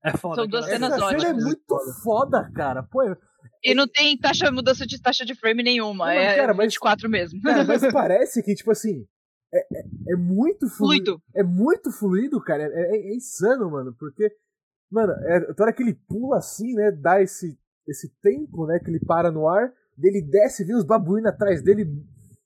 B: É foda.
C: São duas
B: cara.
C: cenas
A: Essa
C: ótimas.
A: cena é muito foda, cara. Pô, é, eu-
C: E não tem taxa, mudança de taxa de frame nenhuma.
A: Mas,
C: é
A: cara, mas-
C: 24 mesmo.
A: cara, mas parece que, tipo assim, é, é, é muito fluido.
C: Fluido.
A: É muito fluido, cara. É, é- é insano, mano. Porque, mano, é, toda hora que ele pula assim, né? Dá esse, esse tempo, né? Que ele para no ar. Dele desce e vem os babuínos atrás dele.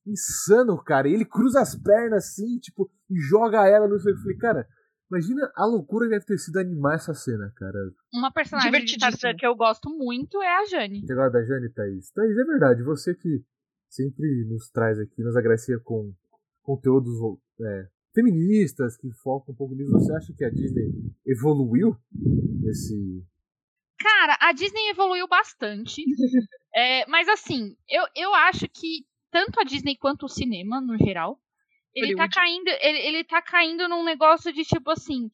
A: Insano, cara. E ele cruza as pernas assim, tipo, e joga ela no seu. Eu falei, cara, imagina a loucura que deve ter sido animar essa cena, cara.
D: Uma personagem de Tarzan
C: Divertidíssimo.
D: que eu gosto muito é a Jane.
A: Você gosta da Jane, Thaís? Thaís, é verdade. Você que sempre nos traz aqui, nos agracia com conteúdos é, feministas, que focam um pouco nisso. Você acha que a Disney evoluiu nesse...
D: Cara, a Disney evoluiu bastante. É, mas assim, eu, eu acho que tanto a Disney quanto o cinema, no geral, ele tá
C: Hollywood.
D: caindo, ele, ele tá caindo num negócio de tipo assim.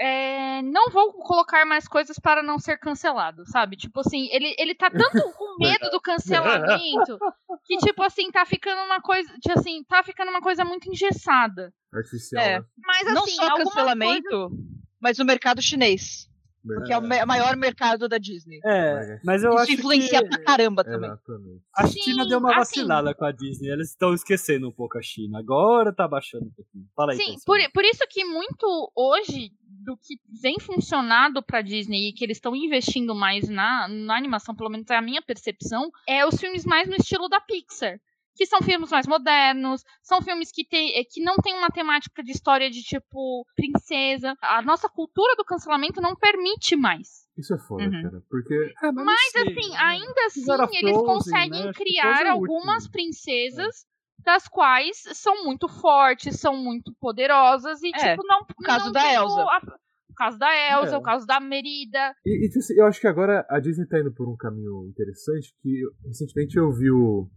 D: é, não vou colocar mais coisas para não ser cancelado, sabe? Tipo assim, ele, ele tá tanto com medo do cancelamento que, tipo assim, tá ficando uma coisa. de, assim, tá ficando uma coisa muito engessada.
A: artificial?
C: É.
A: né?
D: Mas assim,
C: não só
D: algumas
C: cancelamento, mas o mercado chinês. Porque é o me- maior mercado da Disney.
B: É, mas eu
C: Isso
B: acho
C: influencia
B: que
C: pra caramba também.
A: Exatamente.
B: a China
D: Sim,
B: deu uma
D: assim.
B: vacilada com a Disney. Eles estão esquecendo um pouco a China. Agora tá baixando um pouquinho. Fala aí.
D: Sim,
B: Tarsila.
D: por, por isso que muito hoje do que vem funcionado pra Disney e que eles estão investindo mais na, na animação, pelo menos é a minha percepção, é os filmes mais no estilo da Pixar. Que são filmes mais modernos, são filmes que, tem, eh, que não tem uma temática de história de tipo princesa. A nossa cultura do cancelamento não permite mais.
A: Isso é foda,
C: Uhum.
A: cara. Porque...
B: Ah, mas não sei,
D: Assim,
B: né?
D: ainda
B: Fizeram
D: assim, eles
B: Frozen,
D: conseguem
B: né? Acho que
D: criar
B: Frozen é o último.
D: algumas princesas das quais são muito fortes, são muito poderosas e,
C: É,
D: tipo, não.
C: o caso
D: não
C: da
D: tem o-
C: Elsa.
D: a- o caso da Elsa,
B: É.
D: o caso da Merida.
A: E, e, tipo assim, eu acho que agora a Disney tá indo por um caminho interessante que recentemente eu vi o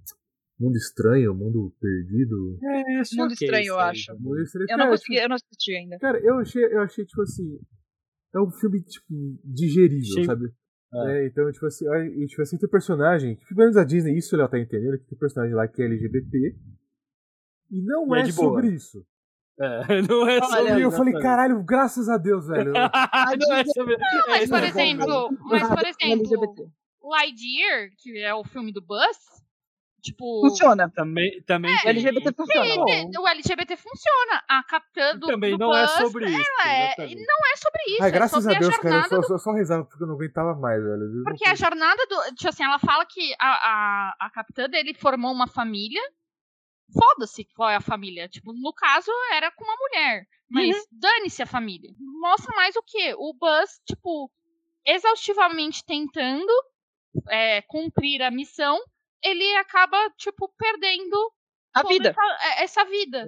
A: Mundo Estranho, Mundo Perdido.
B: É, acho
C: Mundo
B: ok
C: estranho,
B: isso
C: eu
B: aí.
C: acho.
A: Mundo Estranho.
C: Eu não
A: Cara,
C: consegui, eu não assisti ainda.
A: Cara, eu achei, eu achei, tipo assim. É um filme, tipo, digerível,
B: Achei-
A: sabe?
B: É.
A: É, então, tipo assim, aí, e, tipo assim, tem personagem. que, Pelo menos a Disney, isso ela tá entendendo, que tem personagem lá que é LGBT. E não
B: E é
A: é,
B: de boa.
A: sobre isso.
B: É, não
A: E
B: é sobre
A: eu falei,
B: exatamente.
A: caralho, graças a Deus, velho.
B: não é sobre.
D: Não, mas,
B: isso
D: por
B: é bom, é
D: exemplo,
B: velho.
D: mas, por exemplo,
C: LGBT.
D: Lightyear, que é o filme do Buzz, tipo.
C: Funciona.
B: Também, também
D: É,
B: tem.
C: LGBT funciona.
B: Bom,
D: ele- é, o LGBT funciona. A capitã do,
B: também
D: do
B: não
D: Buzz
B: é sobre isso.
D: ela é-
B: exatamente.
D: não é sobre isso.
A: Ai,
D: é
A: Ah, graças
D: sobre
A: a Deus, cara.
D: jornada
A: Eu só, só, só rezava porque eu não aguentava mais, velho.
D: Porque
C: Uhum.
D: a jornada do. Tipo assim, ela fala que a, a, a capitã dele formou uma família. Foda-se qual é a família. Tipo, no caso, era com uma mulher. Mas
C: Uhum.
D: dane-se a família. Mostra mais o quê? O Buzz, tipo, exaustivamente tentando é, cumprir a missão, ele acaba, tipo, perdendo
C: A
D: toda
C: vida.
D: Essa, é- essa vida.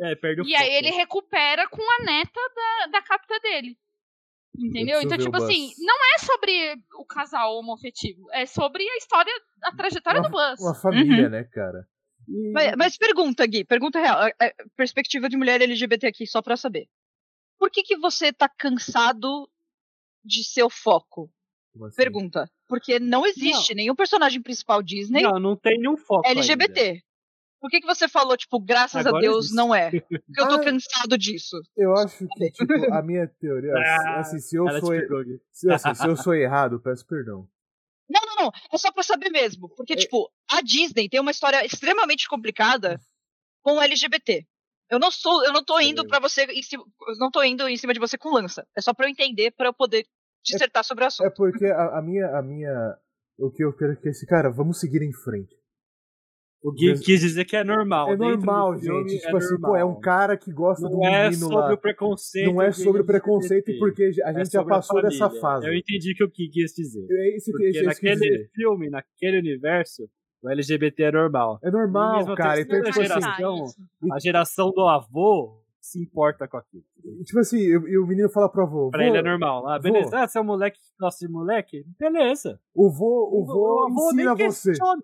B: É, perde o
D: E aí
B: foco.
D: ele recupera com a neta da, da capta dele. Entendeu?
A: Eu preciso
D: Então,
A: ver
D: tipo
A: o Buzz.
D: assim, não é sobre o casal homoafetivo, é sobre a história, a trajetória do Buzz.
A: Uma família, né, cara? E-
C: Mas, mas pergunta, Gui, pergunta real. a- a Perspectiva de mulher LGBT aqui, só pra saber. Por que, que você tá cansado de seu foco?
A: Como assim?
C: Pergunta. Porque não existe nenhum personagem principal Disney
B: Não, não tem nenhum foco.
C: LGBT. Por que, que você falou, tipo, graças a
B: Agora
C: Deus
B: existe.
C: não é? Porque eu tô
A: Ah.
C: cansado disso.
A: Eu acho que, tipo, a minha teoria.
B: Ah,
A: assim, se eu,
B: ainda. Ela te
A: sou,
B: pegou aqui.
A: se, eu- assim, se eu sou errado, eu peço perdão.
C: Não, não, não. É só pra saber mesmo.
A: É.
C: Porque, tipo, a Disney tem uma história extremamente complicada com o LGBT. Eu não sou, eu não tô indo pra você, em cima- eu não tô indo em cima de você com lança. É só pra eu entender, pra eu poder dissertar sobre o assunto.
A: É porque a, a minha. A minha o que eu quero é que esse cara, vamos seguir em frente.
B: O Gui quis dizer que é normal.
A: É
B: Dentro do
A: normal,
B: filme,
A: gente.
B: é
A: tipo assim,
B: normal.
A: pô, é um cara que gosta do
B: Não é
A: menino
B: sobre
A: lá.
B: o preconceito.
A: Não é
B: de
A: sobre o preconceito,
B: LGBT,
A: porque a
B: é
A: gente já
B: sobre a
A: passou dessa
B: família.
A: fase.
B: Eu entendi que o Gui quis dizer.
A: É isso que, é
B: Porque
A: isso que eu quis
B: naquele
A: dizer.
B: filme, naquele universo, o LGBT é normal.
A: É normal,
B: mesmo
A: cara.
B: tem
A: Então,
B: que
A: tipo
B: ser
A: assim,
B: geração. A geração do avô se importa com aquilo.
A: tipo assim, e o menino fala pro avô.
B: Pra
A: "Vô,
B: ele é normal. Ah, beleza.
A: vô.
B: Ah, você é um moleque que gosta de moleque? Beleza.
A: O vô, o vô
B: nem
A: ensina você.
B: questiona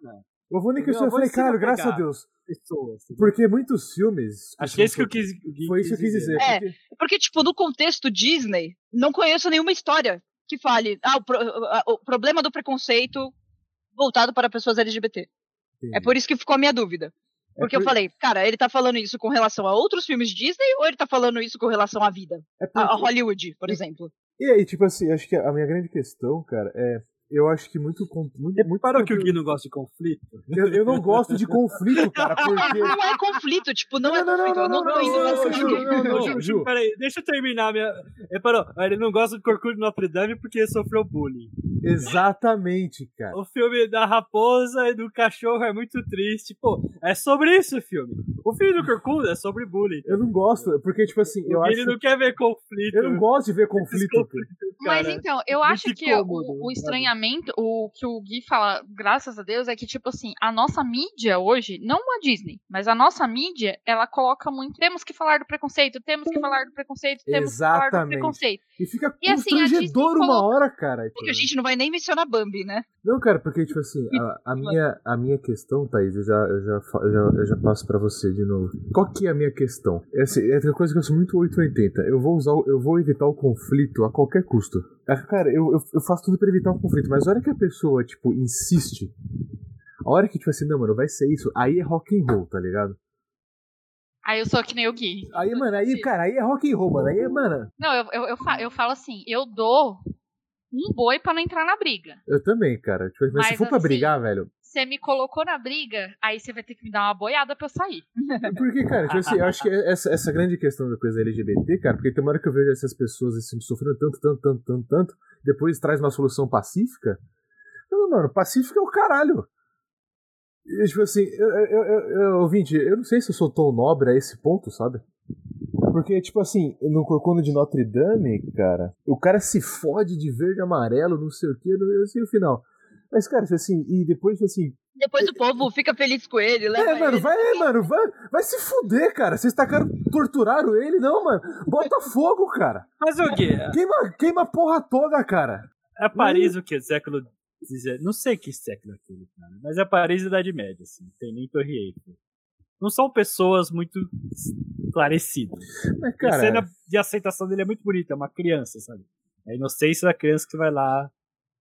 A: O avô nem
B: Entendeu?
A: questiona.
B: O
A: Eu
B: avô
A: falei,
B: ensina a
A: cara, graças a
B: pegar.
A: Deus.
B: pessoas.
A: Porque muitos filmes.
B: Acho que é isso que eu quis, o Gui
A: Foi isso que eu quis dizer.
C: É.
A: porque-
C: Porque, tipo, no contexto Disney, não conheço nenhuma história que fale, ah, o, pro- a- o problema do preconceito voltado para pessoas LGBT. É por isso que ficou a minha dúvida.
A: Uhum. É
C: Porque eu
A: por-
C: falei, cara, ele tá falando isso com relação a outros filmes Disney ou ele tá falando isso com relação à vida?
A: é por-
C: A, a Hollywood, por exemplo.
A: E aí, tipo assim, acho que a minha grande questão, cara, é. Eu acho que muito. con- muito, muito
B: Reparou que o Gui não gosta de conflito?
A: eu, eu não gosto de conflito, cara, porque.
C: Não é conflito, tipo, não,
A: Não,
C: é
A: não, não,
C: conflito. eu
A: não,
C: não,
A: não,
C: tô indo
A: não,
C: nessa
A: não,
C: linha.
A: não, não,
B: Ju,
A: não,
B: Ju,
A: Ju.
B: peraí, deixa eu terminar minha. Reparou, ah, ele não gosta do Corcunda de Notre Dame porque sofreu bullying.
A: Exatamente, cara.
B: O filme da raposa e do cachorro é muito triste. Pô, é sobre isso o filme. O filme do Corcunda é sobre bullying.
A: Eu não gosto, porque, tipo assim, eu
B: O Gui,
A: acho.
B: ele não quer ver conflito.
A: Eu não gosto de ver
B: Esses
A: conflito.
B: conflitos,
D: Mas
B: cara.
D: então, eu
B: muito
D: acho que
B: incômodo,
D: o, o
B: sabe?
D: estranhamento, o que o Gui fala, graças a Deus, é que, tipo assim, a nossa mídia hoje, não a Disney, mas a nossa mídia, ela coloca muito. Temos que falar do preconceito, temos que falar do preconceito, temos que falar do
A: Exatamente.
D: preconceito.
A: E fica
D: E assim, a Disney
A: constrangedor uma
D: colocou-
A: hora, cara.
C: Porque a gente não vai nem mencionar Bambi, né?
A: Não, cara, porque, tipo assim, a, a minha, a minha questão, Thaís, eu já, eu já, fa- eu já, eu já passo pra você de novo. Qual que é a minha questão? É, assim, é uma coisa que eu sou muito 880. Eu vou usar, o- eu vou evitar o conflito a qualquer custo. Ah, Cara, eu, eu, eu faço tudo pra evitar o conflito, mas a hora que a pessoa, tipo, insiste, a hora que, tipo assim, não, mano, vai ser isso, aí é rock and roll, tá ligado?
D: Aí eu sou que nem o Gui.
A: Aí, mano, aí,
D: Sim.
A: cara, aí é rock and roll, mano, aí é, mano...
D: Não, eu, eu, eu, fa- eu falo assim, eu dou um boi pra não entrar na briga.
A: Eu também, cara. Tipo, mas, se
D: Mas,
A: for pra
D: assim,
A: brigar, velho...
D: Você me colocou na briga, aí você vai ter que me dar uma boiada pra eu sair.
A: Porque, cara, tipo assim, eu acho que essa, essa grande questão da coisa LGBT, cara, porque tem uma hora que eu vejo essas pessoas assim, sofrendo tanto, tanto, tanto, tanto, tanto, depois traz uma solução pacífica. Não, mano, pacífica é o caralho. E, tipo assim, eu, eu, eu, eu, ouvinte, eu não sei se eu sou tão nobre a esse ponto, sabe? Porque, tipo assim, no Corcunda de Notre Dame, cara, o cara se fode de verde, amarelo, não sei o que, não sei o final. Mas, cara, tipo assim, e depois, tipo assim,
C: Depois o povo fica feliz com ele, leva
A: é, mano,
C: ele.
A: vai, é, mano, vai, vai se fuder, cara. Vocês tacaram, torturaram ele, não, mano. Bota fogo, cara.
B: Mas o Gui, é-
A: Queima, queima a porra toda, cara.
B: é Paris
A: Hum.
B: o quê? Século XIX? Não sei que século é aquele, cara. Mas é Paris Idade Média, assim. Não tem nem Torre Eiffel. Não são pessoas muito esclarecidas.
A: Mas,
B: E A
A: É, cara,
B: cena de aceitação dele é muito bonita, é uma criança, sabe? É a inocência da criança que vai lá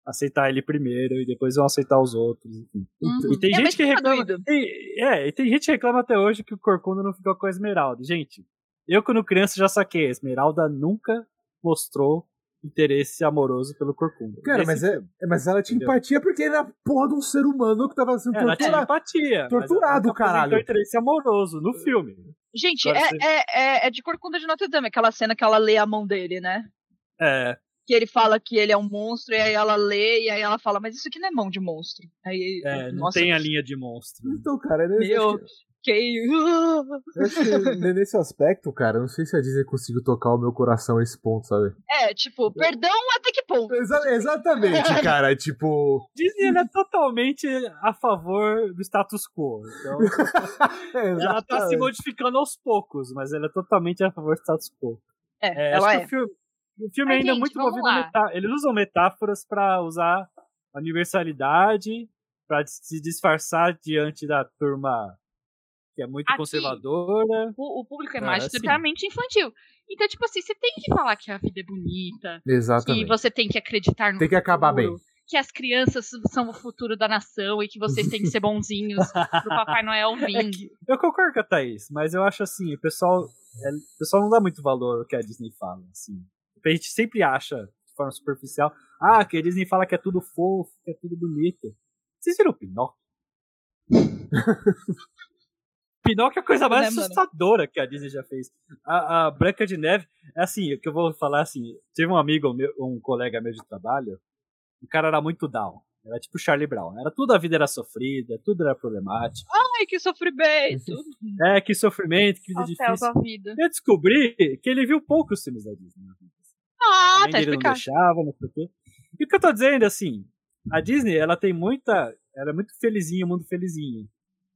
B: aceitar ele primeiro e depois vão aceitar os outros, enfim.
D: Uhum.
B: E tem
C: É, mas
B: gente que
C: fica
B: reclama.
C: doido.
B: E, é, e tem gente que reclama até hoje que o Corcunda não ficou com a Esmeralda. Gente, Eu, quando criança, já saquei. A Esmeralda nunca mostrou interesse amoroso pelo Corcunda.
A: Cara,
B: Esse-
A: mas, é, é- mas ela tinha
B: Entendeu?
A: empatia porque era a porra de um ser humano que tava sendo
B: É, ela tinha
A: torturado.
B: empatia.
A: Torturado, caralho.
B: Tem interesse amoroso no filme.
C: Gente,
B: Agora
C: é,
B: você-
C: é, é, é de Corcunda de Notre Dame, aquela cena que ela lê a mão dele, né?
B: É.
C: Que ele fala que ele é um monstro, e aí ela lê, e aí ela fala, mas isso aqui não é mão de monstro. Aí,
B: é não
C: Uhum. nossa,
B: tem a linha de monstro.
A: Então, cara, né,
C: Meu.
A: acho que-
C: fiquei... uh."
A: eu acho que né, nesse aspecto, cara, eu não sei se a Disney conseguiu tocar o meu coração a esse ponto, sabe?
C: É, tipo, perdão até que ponto.
A: Exa- exatamente, cara. Tipo.
B: Disney ela é totalmente a favor do status quo. Então,
A: é,
B: ela tá se
A: exatamente.
B: modificando aos poucos, mas ela é totalmente a favor do status quo.
C: É,
B: É,
C: ela
B: acho
C: é.
B: que o filme, o filme
D: Mas,
B: ainda é
D: gente,
B: muito
D: vamos
B: movido
D: lá.
B: a metá Eles usam metáforas pra usar a universalidade, pra se disfarçar diante da turma que é muito
D: Aqui.
B: conservadora.
D: O, o público é
B: É,
D: mais
B: sim.
D: estritamente infantil. Então, tipo assim, você tem que falar que a vida é bonita, que
A: Exatamente.
D: você tem que acreditar no
A: Tem que acabar bem.
D: futuro, Que as crianças são o futuro da nação e que vocês têm que ser bonzinhos pro Papai Noel vir.
B: É que- eu concordo com a Thaís, mas eu acho assim, o pessoal, é, o pessoal não dá muito valor ao que a Disney fala, assim. A gente sempre acha, de forma superficial, ah, que a Disney fala que é tudo fofo, que é tudo bonito. Vocês viram o Pinóquio? Pinóquio é a coisa mais
C: Né, mano?
B: assustadora que a Disney já fez. A, a Branca de Neve, é assim, o que eu vou falar assim, teve um amigo, meu, um colega meu de trabalho, o cara era muito down. Era tipo Charlie Brown. Era tudo, a vida era sofrida, tudo era problemático.
C: Ai, que sofrimento.
B: É, que sofrimento, que vida
D: Ao céu
B: difícil.
D: da é vida.
B: Eu descobri que ele viu poucos filmes da Disney. A
C: Ah,
B: mãe
C: tá
B: dele não
C: explicado.
B: deixava, não sei o quê. E o que eu tô dizendo, assim, a Disney, ela tem muita... Ela é muito felizinha, mundo felizinho.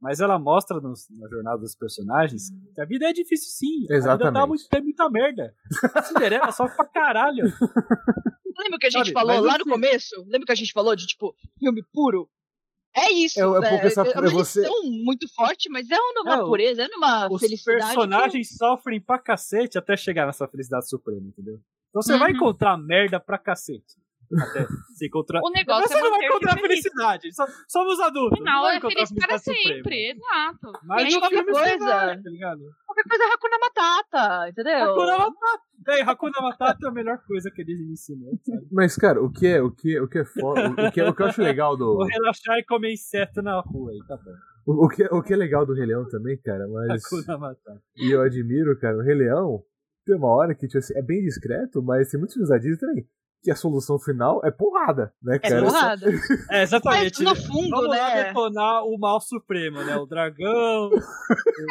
B: Mas ela mostra nos- na jornada dos personagens que a vida é difícil sim. A vida dá
A: Exatamente.
B: muito, tem muita merda. Cinderela sofre pra caralho.
C: Lembra que a gente
B: Sabe,
C: falou
B: mas
C: lá
B: assim-
C: no começo? Lembra que a gente falou de, tipo, filme puro? É isso.
A: É, é
C: né?
A: porque essa-
C: é uma
A: é você-
C: lição muito forte, mas é numa
B: É, o-
C: pureza, é numa
B: Os
C: felicidade. que-
B: personagens sofrem pra cacete até chegar nessa felicidade suprema, entendeu? Então você vai
D: Uhum.
B: encontrar merda pra cacete. Até se encontrar
D: O
B: Mas
D: negócio
B: você
D: é
B: não vai
D: manter-se
B: encontrar
D: feliz.
B: felicidade. Só- somos adultos. não
D: Afinal,
B: vai
D: é
B: encontrar
D: feliz para
B: felicidade suprema.
D: sempre. Exato.
B: Mas
C: Gente,
B: no
C: qualquer
B: filme você
C: coisa.
B: vai, tá ligado?
C: Qualquer coisa é Hakuna Matata, entendeu?
B: Hakuna Matata. Ei, Hakuna Matata é a melhor coisa que eles me ensinou. sabe?
A: Mas, cara, o que é, o que, o que é foda. O que, é- o que eu acho legal do.
B: Vou relaxar e comer inseto na rua. Aí, tá bom.
A: O, o que, o que é legal do Rei Leão também, cara, mas.
B: Hakuna Matata.
A: E eu admiro, cara, o Rei Leão. Tem uma hora que, tipo assim, é bem discreto, mas tem muitos filmes da Disney também. Que a solução final é porrada, né,
C: É
A: cara?
C: porrada.
B: É,
C: Mas
B: exatamente.
C: no fundo,
B: Vamos lá
C: né?
B: detonar o mal supremo, né? O dragão.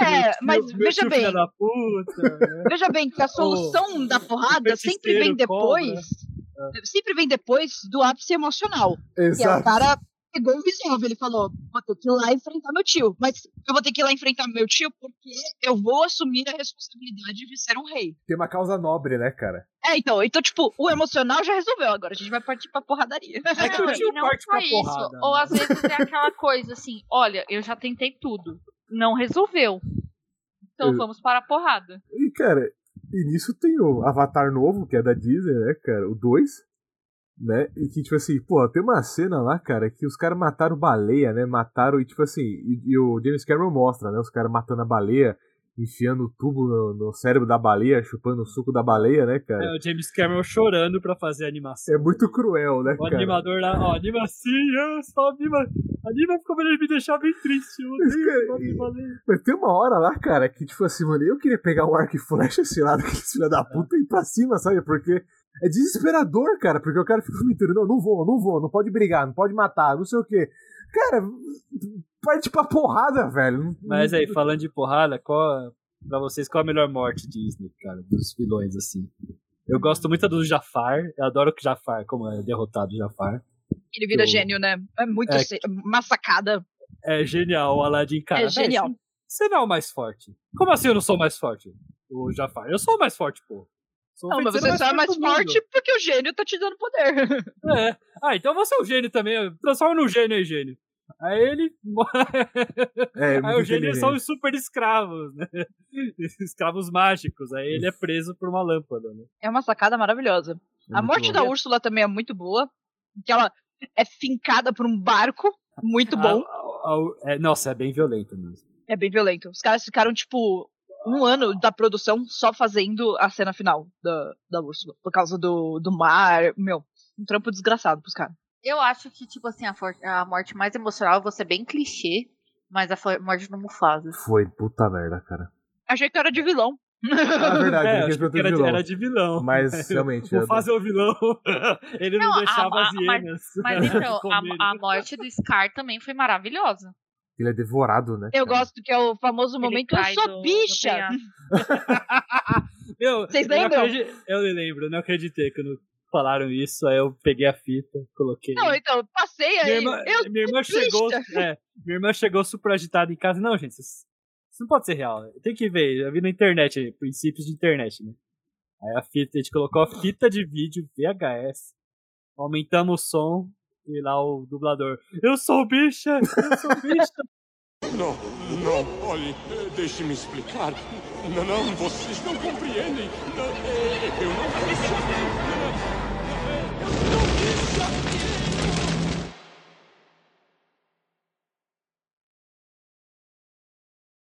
C: É, mas
B: meu
C: veja
B: tio
C: bem.
B: Filho da puta. né?
C: Veja bem que a solução da porrada sempre vem
B: feiticeiro, cobra.
C: depois. Sempre vem depois do ápice emocional. Que é o
A: Exato.
C: cara pegou o visível, ele falou: vou ter que ir lá enfrentar meu tio. Mas eu vou ter que ir lá enfrentar meu tio porque eu vou assumir a responsabilidade de ser um rei.
A: Tem uma causa nobre, né, cara?
C: É, então, então, tipo, o emocional já resolveu agora. A gente vai partir pra porradaria.
B: É que
D: Não,
B: o tio
D: e não
B: parte
D: só
B: pra
D: isso.
B: porrada.
D: Ou
B: né?
D: às vezes é aquela coisa assim, olha, eu já tentei tudo, não resolveu. Então
A: Eu-
D: vamos para a porrada.
A: E, cara, e nisso tem o Avatar novo, que é da Disney, né, cara? O 2. Né? E que, tipo assim, pô, tem uma cena lá, cara, que os caras mataram baleia, né? Mataram e, tipo assim, e, e o James Cameron mostra, né? Os caras matando a baleia, enfiando o tubo no, no cérebro da baleia, chupando o suco da baleia, né, cara?
B: É, o James Cameron chorando pra fazer a animação.
A: É muito cruel, né,
B: O
A: cara?
B: animador lá, ó, anima assim, ah, só anima. Anima como ele me deixava bem triste. Eu
A: Mas,
B: odeio,
A: cara,
B: anima, anima.
A: Mas tem uma hora lá, cara, que tipo assim, mano, eu queria pegar um arco e flecha, sei lá, daquele filho
B: É.
A: da puta e ir pra cima, sabe? Porque é desesperador, cara, porque o cara fica me não, não vou, não vou, não pode brigar, não pode matar, não sei o quê. Cara, parte pra porrada, velho. Não-
B: Mas é-
A: não-
B: aí, falando de porrada, qual, pra vocês, qual a melhor morte Disney, cara? Dos vilões, assim. Eu gosto muito do Jafar, eu adoro que o Jafar, como é derrotado o Jafar.
C: Ele vira
B: Eu-
C: gênio, né? É muito
B: É.
C: se- massacada.
B: É genial, o Aladdin, cara.
C: É
B: velho,
C: genial.
B: Você não é o mais forte. Como assim eu não sou o mais forte? O Jafar. Eu sou o mais forte, pô. Sou o
C: Não, mas
B: feiticeiro
C: você só é mais
B: do mundo.
C: forte porque o gênio tá te dando poder.
B: É. Ah, então você é um gênio também. Transforma no gênio aí, gênio. Aí ele.
A: É, é
B: aí
A: muito
B: o gênio
A: inteligente.
B: são Ah, os super escravos, né? Escravos mágicos. Aí ele é preso por uma lâmpada, né?
C: É uma sacada maravilhosa.
A: É
C: A
A: muito
C: morte
A: bom.
C: da Úrsula também é muito boa. Que ela é fincada por um barco. Muito
B: A-
C: bom.
B: Ah, a- a- é, nossa, é bem violento mesmo.
C: É bem violento. Os caras ficaram, tipo, um ano da produção só fazendo a cena final da, da Úrsula. Por causa do, do mar. Meu, um trampo desgraçado pros caras.
D: Eu acho que, tipo assim, a, for- a morte mais emocional, eu vou ser bem clichê, mas a fo- morte do Mufasa.
A: Foi puta merda, cara.
C: Achei que era de vilão.
A: Ah, verdade,
B: É,
A: ele
B: acho
A: fez
B: que
A: outro
B: era, de-
A: vilão.
B: era de vilão.
A: Mas realmente.
B: O
A: eu-
B: Mufasa é o vilão. Ele não,
D: Não, a-
B: deixava
D: a-
B: as hienas.
D: Mas então,
B: comerem.
D: a, a morte do Scar também foi maravilhosa.
A: Ele é devorado, né?
C: Eu
A: cara?
C: gosto que é o famoso
D: Ele
C: momento. Eu
D: cai
C: sou
D: do- do
C: bicha!
D: penhasco.
B: Meu,
C: Vocês
B: eu não
C: lembram?
B: acredi- Eu me lembro, eu não acreditei quando falaram isso. Aí eu peguei a fita, coloquei.
C: Não, então, passei aí.
B: minha irmã,
C: Eu
B: minha irmã
C: sou
B: chegou.
C: bicha.
B: é, minha irmã chegou super agitada em casa. Não, gente, isso, isso não pode ser real. né? Tem que ver. Eu vi na internet, aí, princípios de internet, né? Aí a fita, a gente colocou a fita de vídeo VHS. Aumentamos o som e lá o dublador. Eu sou bicha! Eu sou bicha!
E: Não, não, olhe, eh, deixe-me explicar. Não, não, vocês não compreendem. Não, eh, Eu não fiz isso aqui. Eh, Eu não fiz isso aqui.